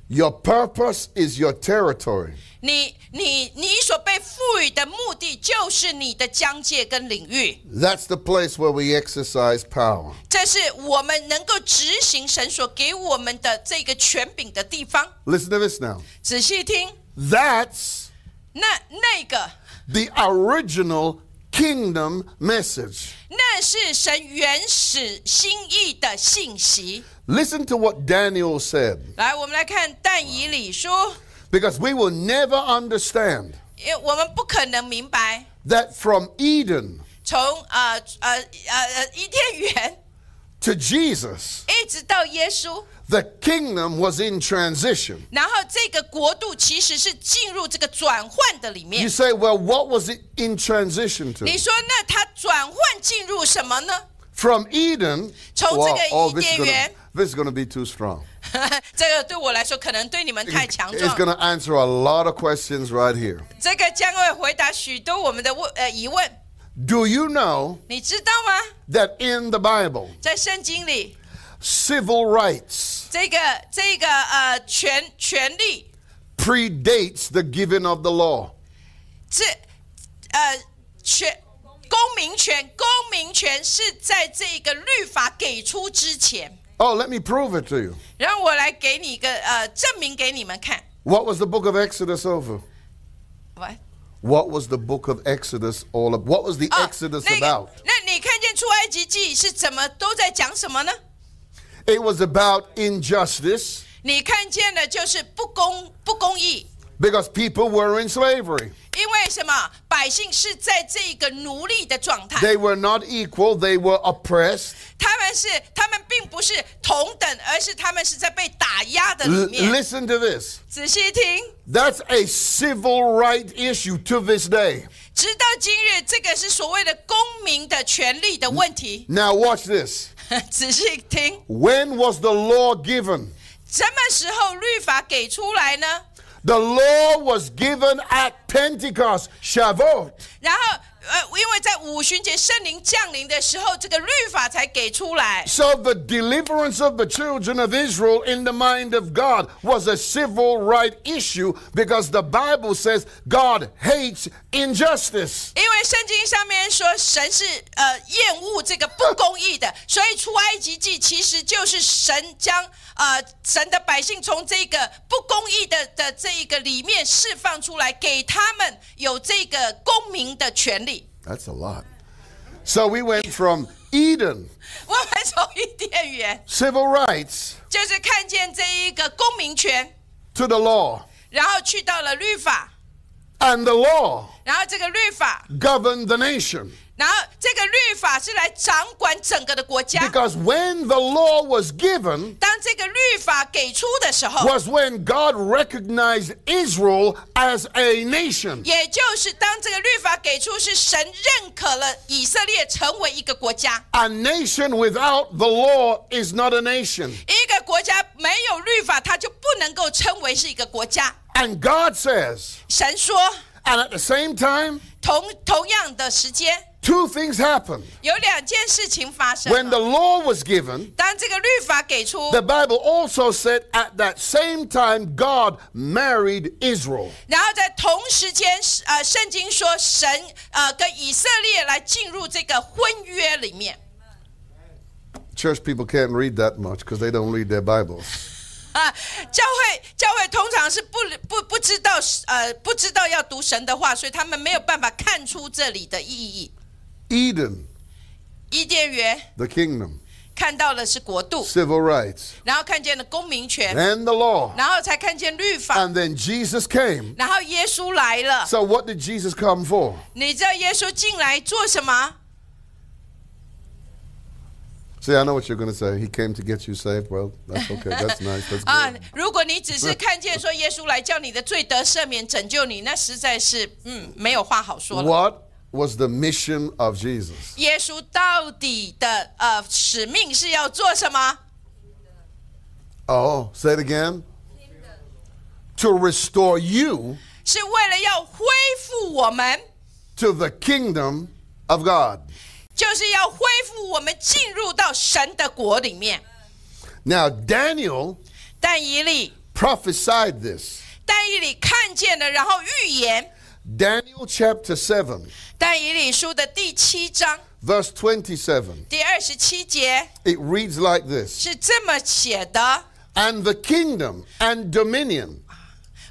[SPEAKER 2] Your purpose is your territory.
[SPEAKER 1] 你你你所被赋予的目的，就是你的疆界跟领域，
[SPEAKER 2] That's the place where we exercise power.
[SPEAKER 1] 这是我们能够执行神所给我们的这个权柄的地方。
[SPEAKER 2] Listen to this now.
[SPEAKER 1] 仔细听，
[SPEAKER 2] That's
[SPEAKER 1] 那那个
[SPEAKER 2] the original kingdom message.
[SPEAKER 1] 那但是神原始心意的信息。
[SPEAKER 2] Listen to what Daniel said,
[SPEAKER 1] 来，我们来看但以理书，
[SPEAKER 2] because we will never understand
[SPEAKER 1] 因为我们不可能明白，
[SPEAKER 2] that from Eden
[SPEAKER 1] 从呃呃呃呃伊甸园
[SPEAKER 2] to Jesus,
[SPEAKER 1] 一直到耶稣，
[SPEAKER 2] the kingdom was in transition.
[SPEAKER 1] 然后这个国度其实是进入这个转换的里
[SPEAKER 2] You
[SPEAKER 1] 面。
[SPEAKER 2] say, well, what was it in transition
[SPEAKER 1] 你
[SPEAKER 2] to?
[SPEAKER 1] 说那它转换进入什么呢？
[SPEAKER 2] From Eden,
[SPEAKER 1] Chồng
[SPEAKER 2] Wow,
[SPEAKER 1] cái
[SPEAKER 2] oh, this is gonna-
[SPEAKER 1] Eden 园。
[SPEAKER 2] this is going to be too strong.
[SPEAKER 1] 这个对我来说可能对你们太强
[SPEAKER 2] It's
[SPEAKER 1] 壮。
[SPEAKER 2] going to answer a lot of questions right here.
[SPEAKER 1] 这个将会回答许多我们的问呃疑问，
[SPEAKER 2] Do you know
[SPEAKER 1] 你知道吗？
[SPEAKER 2] that in the Bible,
[SPEAKER 1] 在圣经里，
[SPEAKER 2] civil rights
[SPEAKER 1] 这个这个呃权权利，
[SPEAKER 2] predates the giving of the law?
[SPEAKER 1] 这呃权公民权公民权是在这个律法给出之前，
[SPEAKER 2] Oh, let me prove it to you.
[SPEAKER 1] 让我来给你一个呃证明给你们看。
[SPEAKER 2] What was the book of Exodus over?
[SPEAKER 1] 喂，
[SPEAKER 2] What was the book of Exodus all about? What was the
[SPEAKER 1] 啊
[SPEAKER 2] Exodus
[SPEAKER 1] 那
[SPEAKER 2] about?
[SPEAKER 1] 个，那你看见出埃及记是怎么都在讲什么呢？
[SPEAKER 2] It was about injustice
[SPEAKER 1] 你看见的就是不公不公义，
[SPEAKER 2] because people were in slavery.
[SPEAKER 1] 因为什么？百姓是在这个奴隶的状态，
[SPEAKER 2] They were not equal, they were oppressed.
[SPEAKER 1] 他们是他们并不是同等，而是他们是在被打压的
[SPEAKER 2] L-
[SPEAKER 1] 里面。
[SPEAKER 2] listen to this.
[SPEAKER 1] 仔细听，
[SPEAKER 2] That's a civil right issue to this day.
[SPEAKER 1] 直到今日，这个是所谓的公民的权利的问题。
[SPEAKER 2] Now, watch this.
[SPEAKER 1] 仔细听，
[SPEAKER 2] When was the law given?
[SPEAKER 1] 什么时候律法给出来呢？
[SPEAKER 2] The law was given at Pentecost, Shavuot.
[SPEAKER 1] 然后，呃，因为在五旬节圣灵降临的时候，这个律法才给出来。
[SPEAKER 2] So the deliverance of the children of Israel in the mind of God was a civil right issue because the Bible says God hates injustice.
[SPEAKER 1] 因为圣经上面说神是呃厌恶这个不公义的，所以出埃及记其实就是神将呃神的百姓从这个不公义的的这一个里面释放出来，给他们有这个公民的权利。
[SPEAKER 2] That's a lot. So we went from Eden,
[SPEAKER 1] 我们从伊甸园
[SPEAKER 2] civil rights,
[SPEAKER 1] 就是看见这一个公民权，
[SPEAKER 2] to the law.
[SPEAKER 1] 然后去到了律法，
[SPEAKER 2] And the law
[SPEAKER 1] 然后这个律法，
[SPEAKER 2] governed the nation.
[SPEAKER 1] 然后这个律法是来掌管整个的国家。
[SPEAKER 2] Because when the law was given,
[SPEAKER 1] 当这个律法给出的时候，
[SPEAKER 2] was when God recognized Israel as a nation.
[SPEAKER 1] 也就是当这个律法给出，是神认可了以色列成为一个国家。
[SPEAKER 2] A nation without the law is not a nation.
[SPEAKER 1] 一个国家没有律法，它就不能够称为是一个国家。
[SPEAKER 2] And God says,
[SPEAKER 1] 神说，
[SPEAKER 2] and at the same time,
[SPEAKER 1] 同同样的时间，
[SPEAKER 2] two things happened.
[SPEAKER 1] 有两件事情发生
[SPEAKER 2] When
[SPEAKER 1] 了。
[SPEAKER 2] the law was given,
[SPEAKER 1] 当这个律法给出，
[SPEAKER 2] the Bible also said at that same time, God married Israel.
[SPEAKER 1] 然后在同时间，呃，圣经说神呃跟以色列来进入这个婚约里面
[SPEAKER 2] Church people can't read that much because they don't read their Bibles.
[SPEAKER 1] 啊。教会教会通常是不不不知道呃不知道要读神的话，所以他们没有办法看出这里的意义。
[SPEAKER 2] Eden,
[SPEAKER 1] 伊甸园
[SPEAKER 2] the kingdom,
[SPEAKER 1] 看到的是国度，
[SPEAKER 2] civil rights,
[SPEAKER 1] 然后看见了公民权，
[SPEAKER 2] and the law.
[SPEAKER 1] 然后才看见律法，
[SPEAKER 2] And then Jesus came.
[SPEAKER 1] 然后耶稣来了。
[SPEAKER 2] So, what did Jesus come for?
[SPEAKER 1] 你知道耶稣进来做什么？
[SPEAKER 2] See, I know what you're going to say. He came to get you saved. Well, that's okay. That's nice. That's
[SPEAKER 1] 啊
[SPEAKER 2] good.，
[SPEAKER 1] 如果你只是看见说耶稣来叫你的罪得赦免、拯救你，那实在是嗯没有话好说了。
[SPEAKER 2] What was the mission of Jesus?
[SPEAKER 1] 耶稣到底的呃使命是要做什么？
[SPEAKER 2] Oh, say it again. To restore you
[SPEAKER 1] 是为了要恢复我们，
[SPEAKER 2] to the kingdom of God.
[SPEAKER 1] 就是要恢复我们进入到神的国里面。
[SPEAKER 2] Now, Daniel
[SPEAKER 1] 但以理，
[SPEAKER 2] prophesied this.
[SPEAKER 1] 但以理看见了，然后预言。
[SPEAKER 2] Daniel chapter 7,
[SPEAKER 1] 但以理书的第七章
[SPEAKER 2] verse 27.
[SPEAKER 1] 第二十七节
[SPEAKER 2] It reads like this
[SPEAKER 1] 是这么写的：
[SPEAKER 2] And the kingdom and dominion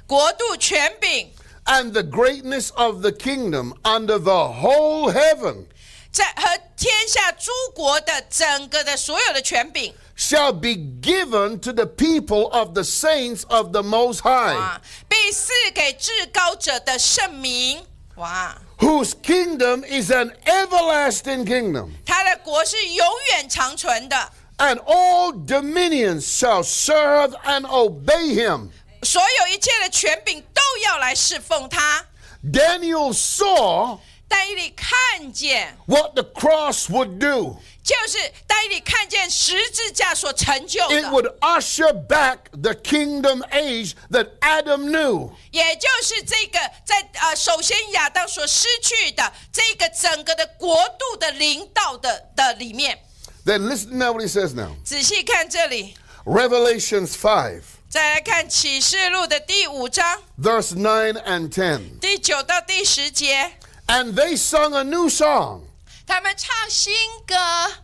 [SPEAKER 1] 国度权柄，
[SPEAKER 2] and the greatness of the kingdom under the whole heaven
[SPEAKER 1] 在和天下诸国的整个的所有的权柄
[SPEAKER 2] shall be given to the people of the saints of the Most High,
[SPEAKER 1] 啊，被赐给至高者的圣名。哇，
[SPEAKER 2] whose kingdom is an everlasting kingdom.
[SPEAKER 1] 他的国是永远长存的，
[SPEAKER 2] And all dominions shall serve and obey him.
[SPEAKER 1] 所有一切的权柄都要来侍奉他。
[SPEAKER 2] Daniel saw
[SPEAKER 1] 戴利看见，
[SPEAKER 2] what the cross would do.
[SPEAKER 1] 就是戴利看见十字架所成就
[SPEAKER 2] It
[SPEAKER 1] 的，
[SPEAKER 2] would usher back the kingdom age that Adam knew.
[SPEAKER 1] 也就是这个在呃，首先亚当所失去的这个整个的国度的领导的的里面。
[SPEAKER 2] Then listen now what he says now.
[SPEAKER 1] 仔细看这里，
[SPEAKER 2] Revelations 5,
[SPEAKER 1] 再来看启示录的第五章
[SPEAKER 2] verse 9 and 10.
[SPEAKER 1] 第九到第十节，
[SPEAKER 2] And they sung a new song.
[SPEAKER 1] 他们唱新歌，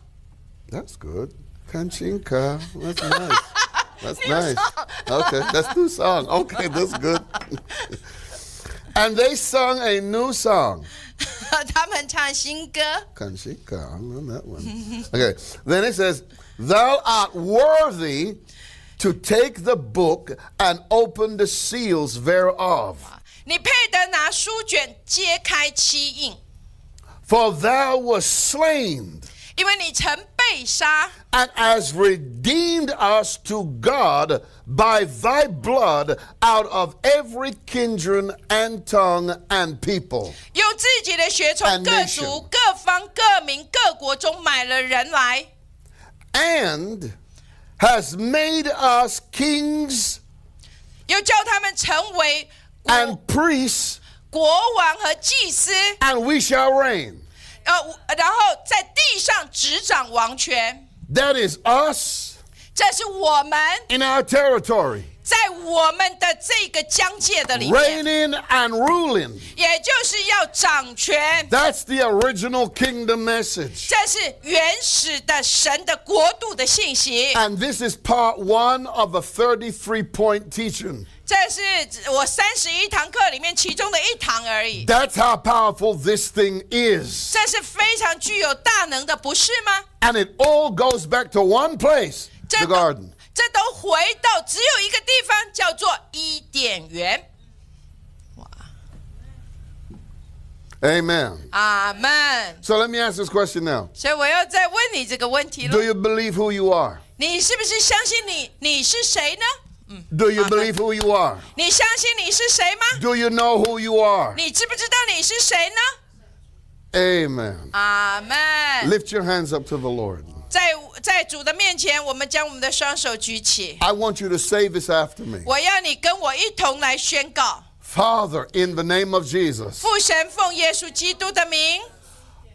[SPEAKER 2] That's good. Kanchinka. That's nice. That's nice. Okay, that's new song. Okay, that's good. and they sung a new song.
[SPEAKER 1] 他们唱新歌。
[SPEAKER 2] Kanchinka. I know that one. Okay. Then it says, Thou art worthy to take the book and open the seals thereof.
[SPEAKER 1] 你配得拿书卷揭开七印，
[SPEAKER 2] For thou wast slain,
[SPEAKER 1] 因为你曾被杀，
[SPEAKER 2] and hast redeemed us to God by thy blood out of every kindred and tongue and people.
[SPEAKER 1] 用自己的血从
[SPEAKER 2] And
[SPEAKER 1] 各
[SPEAKER 2] nation.
[SPEAKER 1] 族、各方、各民、各国中买了人来，
[SPEAKER 2] And has made us kings
[SPEAKER 1] 又叫他们成为国
[SPEAKER 2] and priests,
[SPEAKER 1] 国王和祭司，
[SPEAKER 2] and we shall reign.
[SPEAKER 1] 呃，然后在地上执掌王权。
[SPEAKER 2] That is us
[SPEAKER 1] 这是我们
[SPEAKER 2] in our territory,
[SPEAKER 1] 在我们的这个疆界的里面，
[SPEAKER 2] reigning and ruling.
[SPEAKER 1] 也就是要掌权。
[SPEAKER 2] That's the original kingdom message.
[SPEAKER 1] 这是原始的神的国度的信息。
[SPEAKER 2] And this is part one of a 33 point teaching.
[SPEAKER 1] 这是我三十一堂课里面其中的一堂而已。
[SPEAKER 2] That's how powerful this thing is.
[SPEAKER 1] 这是非常具有大能的，不是吗？
[SPEAKER 2] And it all goes back to one place
[SPEAKER 1] 这
[SPEAKER 2] the
[SPEAKER 1] 都
[SPEAKER 2] garden.
[SPEAKER 1] 这都回到只有一个地方，叫做伊甸园。
[SPEAKER 2] Amen.
[SPEAKER 1] 阿门。
[SPEAKER 2] So let me ask this question now
[SPEAKER 1] 所以我要再问你这个问题
[SPEAKER 2] Do
[SPEAKER 1] 了：
[SPEAKER 2] you believe who you are?
[SPEAKER 1] 你是不是相信你你是谁呢？嗯，
[SPEAKER 2] Do you believe who you are?
[SPEAKER 1] 你相信你是谁吗？
[SPEAKER 2] Do you know who you are?
[SPEAKER 1] 你知不知道你是谁呢？
[SPEAKER 2] Amen.
[SPEAKER 1] 阿门。
[SPEAKER 2] Lift your hands up to the Lord.
[SPEAKER 1] 在在主的面前，我们将我们的双手举起。
[SPEAKER 2] I want you to say this after me
[SPEAKER 1] 我要你跟我一同来宣告：
[SPEAKER 2] Father, in the name of Jesus,
[SPEAKER 1] 父神奉耶稣基督的名，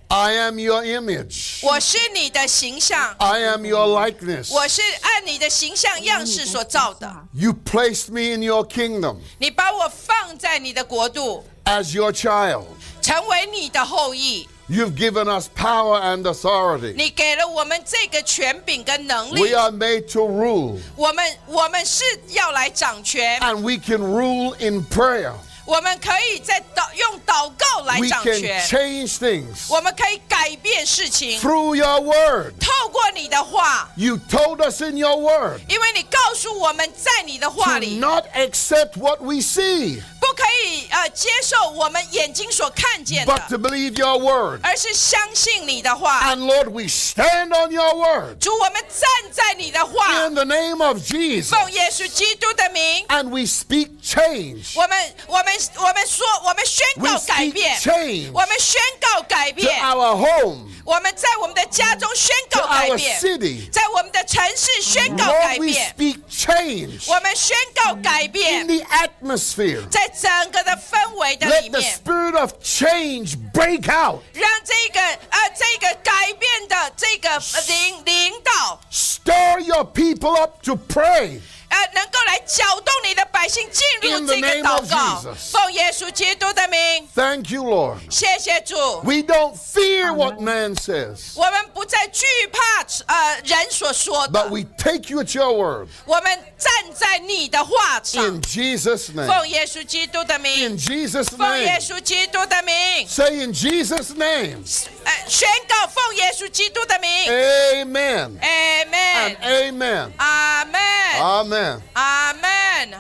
[SPEAKER 2] I am your image,
[SPEAKER 1] 我是你的形象，
[SPEAKER 2] I am your likeness.
[SPEAKER 1] 我是按你的形象样式所造的。
[SPEAKER 2] You placed me in your kingdom
[SPEAKER 1] 你把我放在你的国度，
[SPEAKER 2] as your child.
[SPEAKER 1] 成为你的后裔。
[SPEAKER 2] You've given us power and authority.
[SPEAKER 1] 你给了我们这个权柄跟能力
[SPEAKER 2] We，are made to rule,
[SPEAKER 1] 我们我们是要来掌权，
[SPEAKER 2] and we can rule in prayer.
[SPEAKER 1] 我们可以在祷用祷告来
[SPEAKER 2] We
[SPEAKER 1] 掌
[SPEAKER 2] can
[SPEAKER 1] 权，
[SPEAKER 2] change things
[SPEAKER 1] 我们可以改变事情，
[SPEAKER 2] through your word.
[SPEAKER 1] 透过你的话，
[SPEAKER 2] You told us in your word
[SPEAKER 1] 因为你告诉我们在你的话
[SPEAKER 2] to
[SPEAKER 1] 里，
[SPEAKER 2] not accept what we see,
[SPEAKER 1] 不可以呃接受我们眼睛所看见
[SPEAKER 2] but
[SPEAKER 1] 的，
[SPEAKER 2] to believe your word.
[SPEAKER 1] 而是相信你的话。
[SPEAKER 2] And Lord, we stand on your word
[SPEAKER 1] 主，我们站在你的话
[SPEAKER 2] in，the name of Jesus,
[SPEAKER 1] 奉耶稣基督的名。
[SPEAKER 2] and we speak change
[SPEAKER 1] 我们我们我们说，我们宣告
[SPEAKER 2] We speak
[SPEAKER 1] 改变
[SPEAKER 2] change，
[SPEAKER 1] 我们宣告改
[SPEAKER 2] to
[SPEAKER 1] 变，
[SPEAKER 2] our home,
[SPEAKER 1] 我们在我们的家中宣
[SPEAKER 2] to
[SPEAKER 1] 告改
[SPEAKER 2] our
[SPEAKER 1] 变，
[SPEAKER 2] city.
[SPEAKER 1] 在我们的城市宣告改
[SPEAKER 2] Lord, we
[SPEAKER 1] 变，
[SPEAKER 2] speak change
[SPEAKER 1] 我们宣告改
[SPEAKER 2] in
[SPEAKER 1] 变，
[SPEAKER 2] the atmosphere.
[SPEAKER 1] 在整个的氛围的
[SPEAKER 2] Let
[SPEAKER 1] 里
[SPEAKER 2] the
[SPEAKER 1] 面，
[SPEAKER 2] spirit of change break out.
[SPEAKER 1] 让这个呃这个改变的这个呃领领导
[SPEAKER 2] Stir your people up to pray,
[SPEAKER 1] 呃能够来搅动你的百姓进
[SPEAKER 2] In
[SPEAKER 1] 入
[SPEAKER 2] the
[SPEAKER 1] 这个
[SPEAKER 2] name of
[SPEAKER 1] 祷告，
[SPEAKER 2] Jesus
[SPEAKER 1] 奉耶稣基督的名，
[SPEAKER 2] Thank you, Lord.
[SPEAKER 1] 谢谢主。
[SPEAKER 2] We don't fear what man says,
[SPEAKER 1] 我们不再惧怕呃人所说
[SPEAKER 2] but
[SPEAKER 1] 的，
[SPEAKER 2] we take you at your word.
[SPEAKER 1] 我们站在你的话上
[SPEAKER 2] In，Jesus' name.
[SPEAKER 1] 奉耶稣基督的
[SPEAKER 2] In
[SPEAKER 1] 名，
[SPEAKER 2] Jesus'
[SPEAKER 1] 奉耶
[SPEAKER 2] name.
[SPEAKER 1] 稣基督的名，
[SPEAKER 2] Say in Jesus' name.
[SPEAKER 1] 呃，宣告奉耶稣基督的名
[SPEAKER 2] Amen. And
[SPEAKER 1] ，Amen，
[SPEAKER 2] amen.
[SPEAKER 1] 阿门，
[SPEAKER 2] Amen.
[SPEAKER 1] 阿门，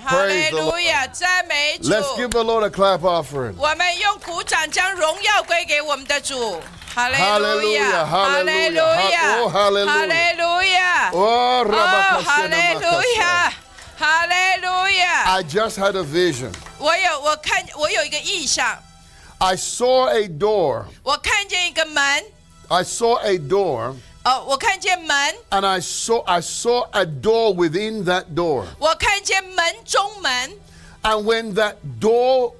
[SPEAKER 1] 哈利
[SPEAKER 2] Praise the
[SPEAKER 1] 路亚，赞美主。
[SPEAKER 2] Let's give the Lord a clap offering.
[SPEAKER 1] 我们用鼓掌将荣耀归给我们的主，哈利路
[SPEAKER 2] Hallelujah，
[SPEAKER 1] 亚，哈利路
[SPEAKER 2] Hallelujah，
[SPEAKER 1] 亚，
[SPEAKER 2] Oh, hallelujah
[SPEAKER 1] 哈利路亚。
[SPEAKER 2] Oh,
[SPEAKER 1] Oh,
[SPEAKER 2] Rabakasena Makasa.
[SPEAKER 1] hallelujah! Hallelujah!
[SPEAKER 2] I just had a vision.
[SPEAKER 1] 我有我看我有一个意象，
[SPEAKER 2] I saw a door.
[SPEAKER 1] 我看见一个门，
[SPEAKER 2] I saw a door,
[SPEAKER 1] 哦，我看见门，
[SPEAKER 2] and I saw I saw a door within that door.
[SPEAKER 1] 我看见门中门。
[SPEAKER 2] And when that door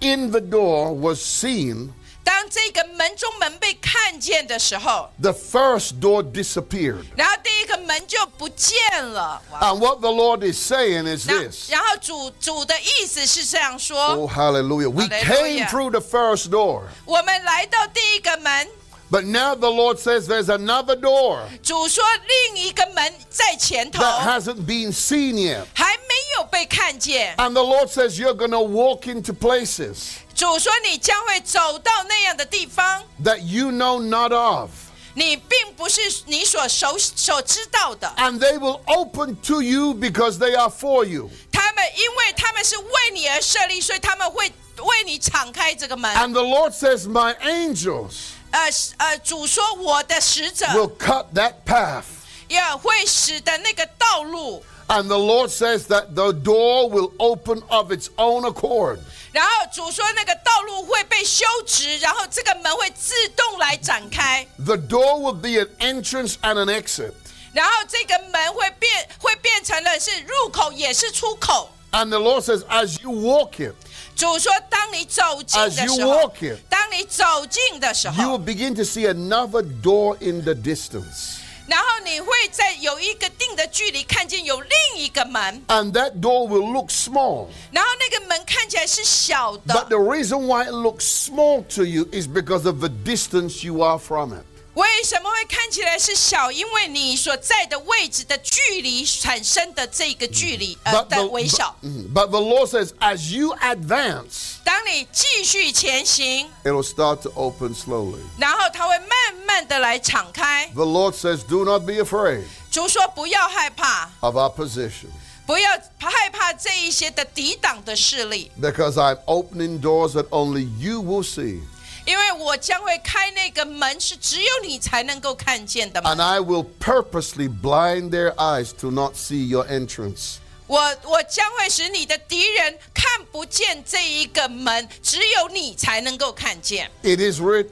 [SPEAKER 2] in the door was seen,
[SPEAKER 1] 当这个门中门被看见的时候，
[SPEAKER 2] the first door disappeared.
[SPEAKER 1] 然后第一个门就不见了。哇
[SPEAKER 2] And what the Lord is saying is
[SPEAKER 1] 然
[SPEAKER 2] this.
[SPEAKER 1] 然后主主的意思是这样说：
[SPEAKER 2] Oh, hallelujah. We came
[SPEAKER 1] Hallelujah.
[SPEAKER 2] through the first door.
[SPEAKER 1] 我们来到第一个门，
[SPEAKER 2] But now the Lord says there's another door
[SPEAKER 1] 主说另一个门在前头，
[SPEAKER 2] that hasn't been seen yet.
[SPEAKER 1] 还没有被看见。
[SPEAKER 2] And the Lord says you're going to walk into places
[SPEAKER 1] 主说你将会走到那样的地方。
[SPEAKER 2] that you know not of.
[SPEAKER 1] 你并不是你所熟所知道的，
[SPEAKER 2] And they will open to you because they are for you.
[SPEAKER 1] 他们因为他们是为你而设立，所以他们会为你敞开这个门。
[SPEAKER 2] And the Lord says, My angels
[SPEAKER 1] 呃是呃，主说我的使者
[SPEAKER 2] will cut that path.
[SPEAKER 1] 也会使得那个道路，
[SPEAKER 2] And the Lord says that the door will open of its own accord.
[SPEAKER 1] 然后主说那个道路会被修直，然后这个门会自动来展开，
[SPEAKER 2] The door will be an entrance and an exit.
[SPEAKER 1] 然后这个门会变会变成了是入口也是出口。
[SPEAKER 2] And the Lord says, As you walk it,
[SPEAKER 1] 主说，当你走近
[SPEAKER 2] As
[SPEAKER 1] 的
[SPEAKER 2] you
[SPEAKER 1] 时候
[SPEAKER 2] walk it，
[SPEAKER 1] 当你走近的时
[SPEAKER 2] you
[SPEAKER 1] 候
[SPEAKER 2] will，begin to see another door in the distance.
[SPEAKER 1] 然后你会在有一个定的距离看见有另一个门，
[SPEAKER 2] And that door will look small.
[SPEAKER 1] 然后那个门看起来是小
[SPEAKER 2] But the
[SPEAKER 1] 的。
[SPEAKER 2] reason why it looks small to you is because of the distance you are from it.
[SPEAKER 1] 为什么会看起来是小？因为你所在的位置的距离产生的这个距离呃
[SPEAKER 2] But
[SPEAKER 1] 的微小
[SPEAKER 2] the,。Mhm. but the Lord says, as you advance,
[SPEAKER 1] 当你继续前行，
[SPEAKER 2] it'll start to open slowly.
[SPEAKER 1] 然后它会慢慢的来敞开。
[SPEAKER 2] The Lord says, do not be afraid
[SPEAKER 1] 主说不要害怕，
[SPEAKER 2] of opposition
[SPEAKER 1] 不要害怕这一些的抵挡的势力，
[SPEAKER 2] because I'm opening doors that only you will see.
[SPEAKER 1] 因为我将会开那个门，是只有你才能够看见的门。
[SPEAKER 2] And I will purposely blind their eyes to not see your entrance.
[SPEAKER 1] 我我将会使你的敌人看不见这一个门，只有你才能够看见，
[SPEAKER 2] It is written,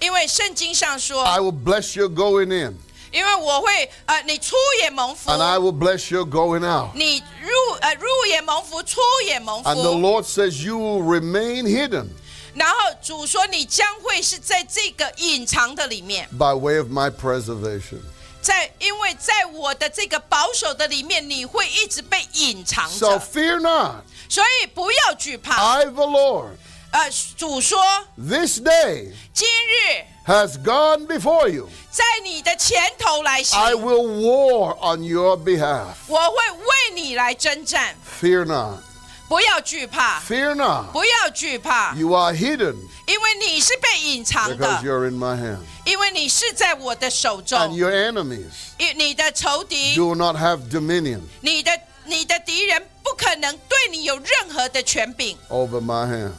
[SPEAKER 1] 因为圣经上说，
[SPEAKER 2] I will bless your going in
[SPEAKER 1] 因为我会呃，你出也蒙福，
[SPEAKER 2] and I will bless your going out.
[SPEAKER 1] 你入呃入也蒙福，出也蒙
[SPEAKER 2] And the
[SPEAKER 1] 福。
[SPEAKER 2] Lord says, you will remain hidden
[SPEAKER 1] 然后主说，你将会是在这个隐藏的里面，
[SPEAKER 2] by way of my preservation.
[SPEAKER 1] 在因为在我的这个保守的里面，你会一直被隐藏
[SPEAKER 2] So
[SPEAKER 1] 着，
[SPEAKER 2] fear not.
[SPEAKER 1] 所以不要惧怕。
[SPEAKER 2] I, the Lord,
[SPEAKER 1] 呃，主说，
[SPEAKER 2] this day
[SPEAKER 1] 今日
[SPEAKER 2] has gone before you.
[SPEAKER 1] 在你的前头来行。
[SPEAKER 2] I will war on your behalf.
[SPEAKER 1] 我会为你来征战，
[SPEAKER 2] Fear not.
[SPEAKER 1] 不要惧怕，
[SPEAKER 2] Fear not.
[SPEAKER 1] 不要惧怕，
[SPEAKER 2] You are hidden
[SPEAKER 1] 因为你是被隐藏
[SPEAKER 2] because
[SPEAKER 1] 的，
[SPEAKER 2] you're in my hand.
[SPEAKER 1] 因为你是在我的手
[SPEAKER 2] And
[SPEAKER 1] 中。
[SPEAKER 2] your enemies
[SPEAKER 1] 因你的仇敌，
[SPEAKER 2] do not have dominion
[SPEAKER 1] 你的你的敌人不可能对你有任何的权柄，
[SPEAKER 2] over my hands.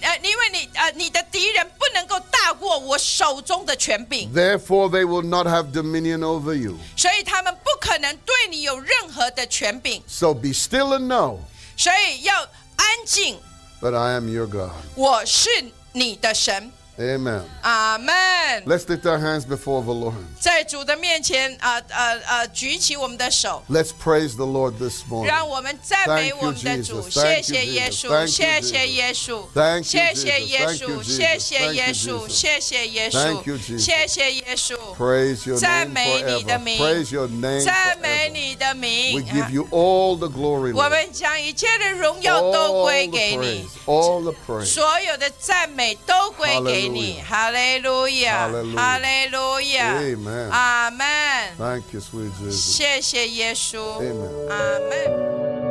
[SPEAKER 1] 呃，因为你呃你的敌人不能够大过我手中的权
[SPEAKER 2] 嗯
[SPEAKER 1] 柄，
[SPEAKER 2] Therefore, they will not have dominion over you.
[SPEAKER 1] 所以他们不可能对你有任何的权柄，
[SPEAKER 2] So be still and know
[SPEAKER 1] 所以要安静，
[SPEAKER 2] that I am your God.
[SPEAKER 1] 我是你的神。
[SPEAKER 2] Amen.
[SPEAKER 1] 阿门。
[SPEAKER 2] Let's lift our hands before the Lord.
[SPEAKER 1] 在主的面前，啊啊啊，举起我们的手，
[SPEAKER 2] Let's praise the Lord this morning.
[SPEAKER 1] 让我们赞美我们的主。
[SPEAKER 2] Thank you, Jesus.
[SPEAKER 1] 谢谢耶稣，谢
[SPEAKER 2] Thank you, Jesus.
[SPEAKER 1] 谢耶稣
[SPEAKER 2] Thank you,，
[SPEAKER 1] 谢谢耶
[SPEAKER 2] Jesus. Thank you, Jesus.
[SPEAKER 1] 稣，谢谢耶
[SPEAKER 2] Thank you, Jesus. Thank you,
[SPEAKER 1] 稣，谢谢耶稣，
[SPEAKER 2] Jesus.
[SPEAKER 1] 谢谢耶稣。
[SPEAKER 2] Praise your
[SPEAKER 1] 赞
[SPEAKER 2] name
[SPEAKER 1] 美你的
[SPEAKER 2] forever.
[SPEAKER 1] 名
[SPEAKER 2] Praise your，name
[SPEAKER 1] 赞美
[SPEAKER 2] forever.
[SPEAKER 1] 你的
[SPEAKER 2] We
[SPEAKER 1] 名。啊
[SPEAKER 2] give you all the glory,
[SPEAKER 1] 我
[SPEAKER 2] Lord.
[SPEAKER 1] 们将一切的荣耀
[SPEAKER 2] All
[SPEAKER 1] 都归
[SPEAKER 2] the
[SPEAKER 1] 给你
[SPEAKER 2] praise.，All the praise.
[SPEAKER 1] 所有的赞美都归给你。哈利路亚，
[SPEAKER 2] Hallelujah
[SPEAKER 1] 哈利路亚，
[SPEAKER 2] Amen
[SPEAKER 1] 阿门。
[SPEAKER 2] Thank you, sweet Jesus.
[SPEAKER 1] 谢谢耶稣
[SPEAKER 2] Amen，
[SPEAKER 1] 阿门。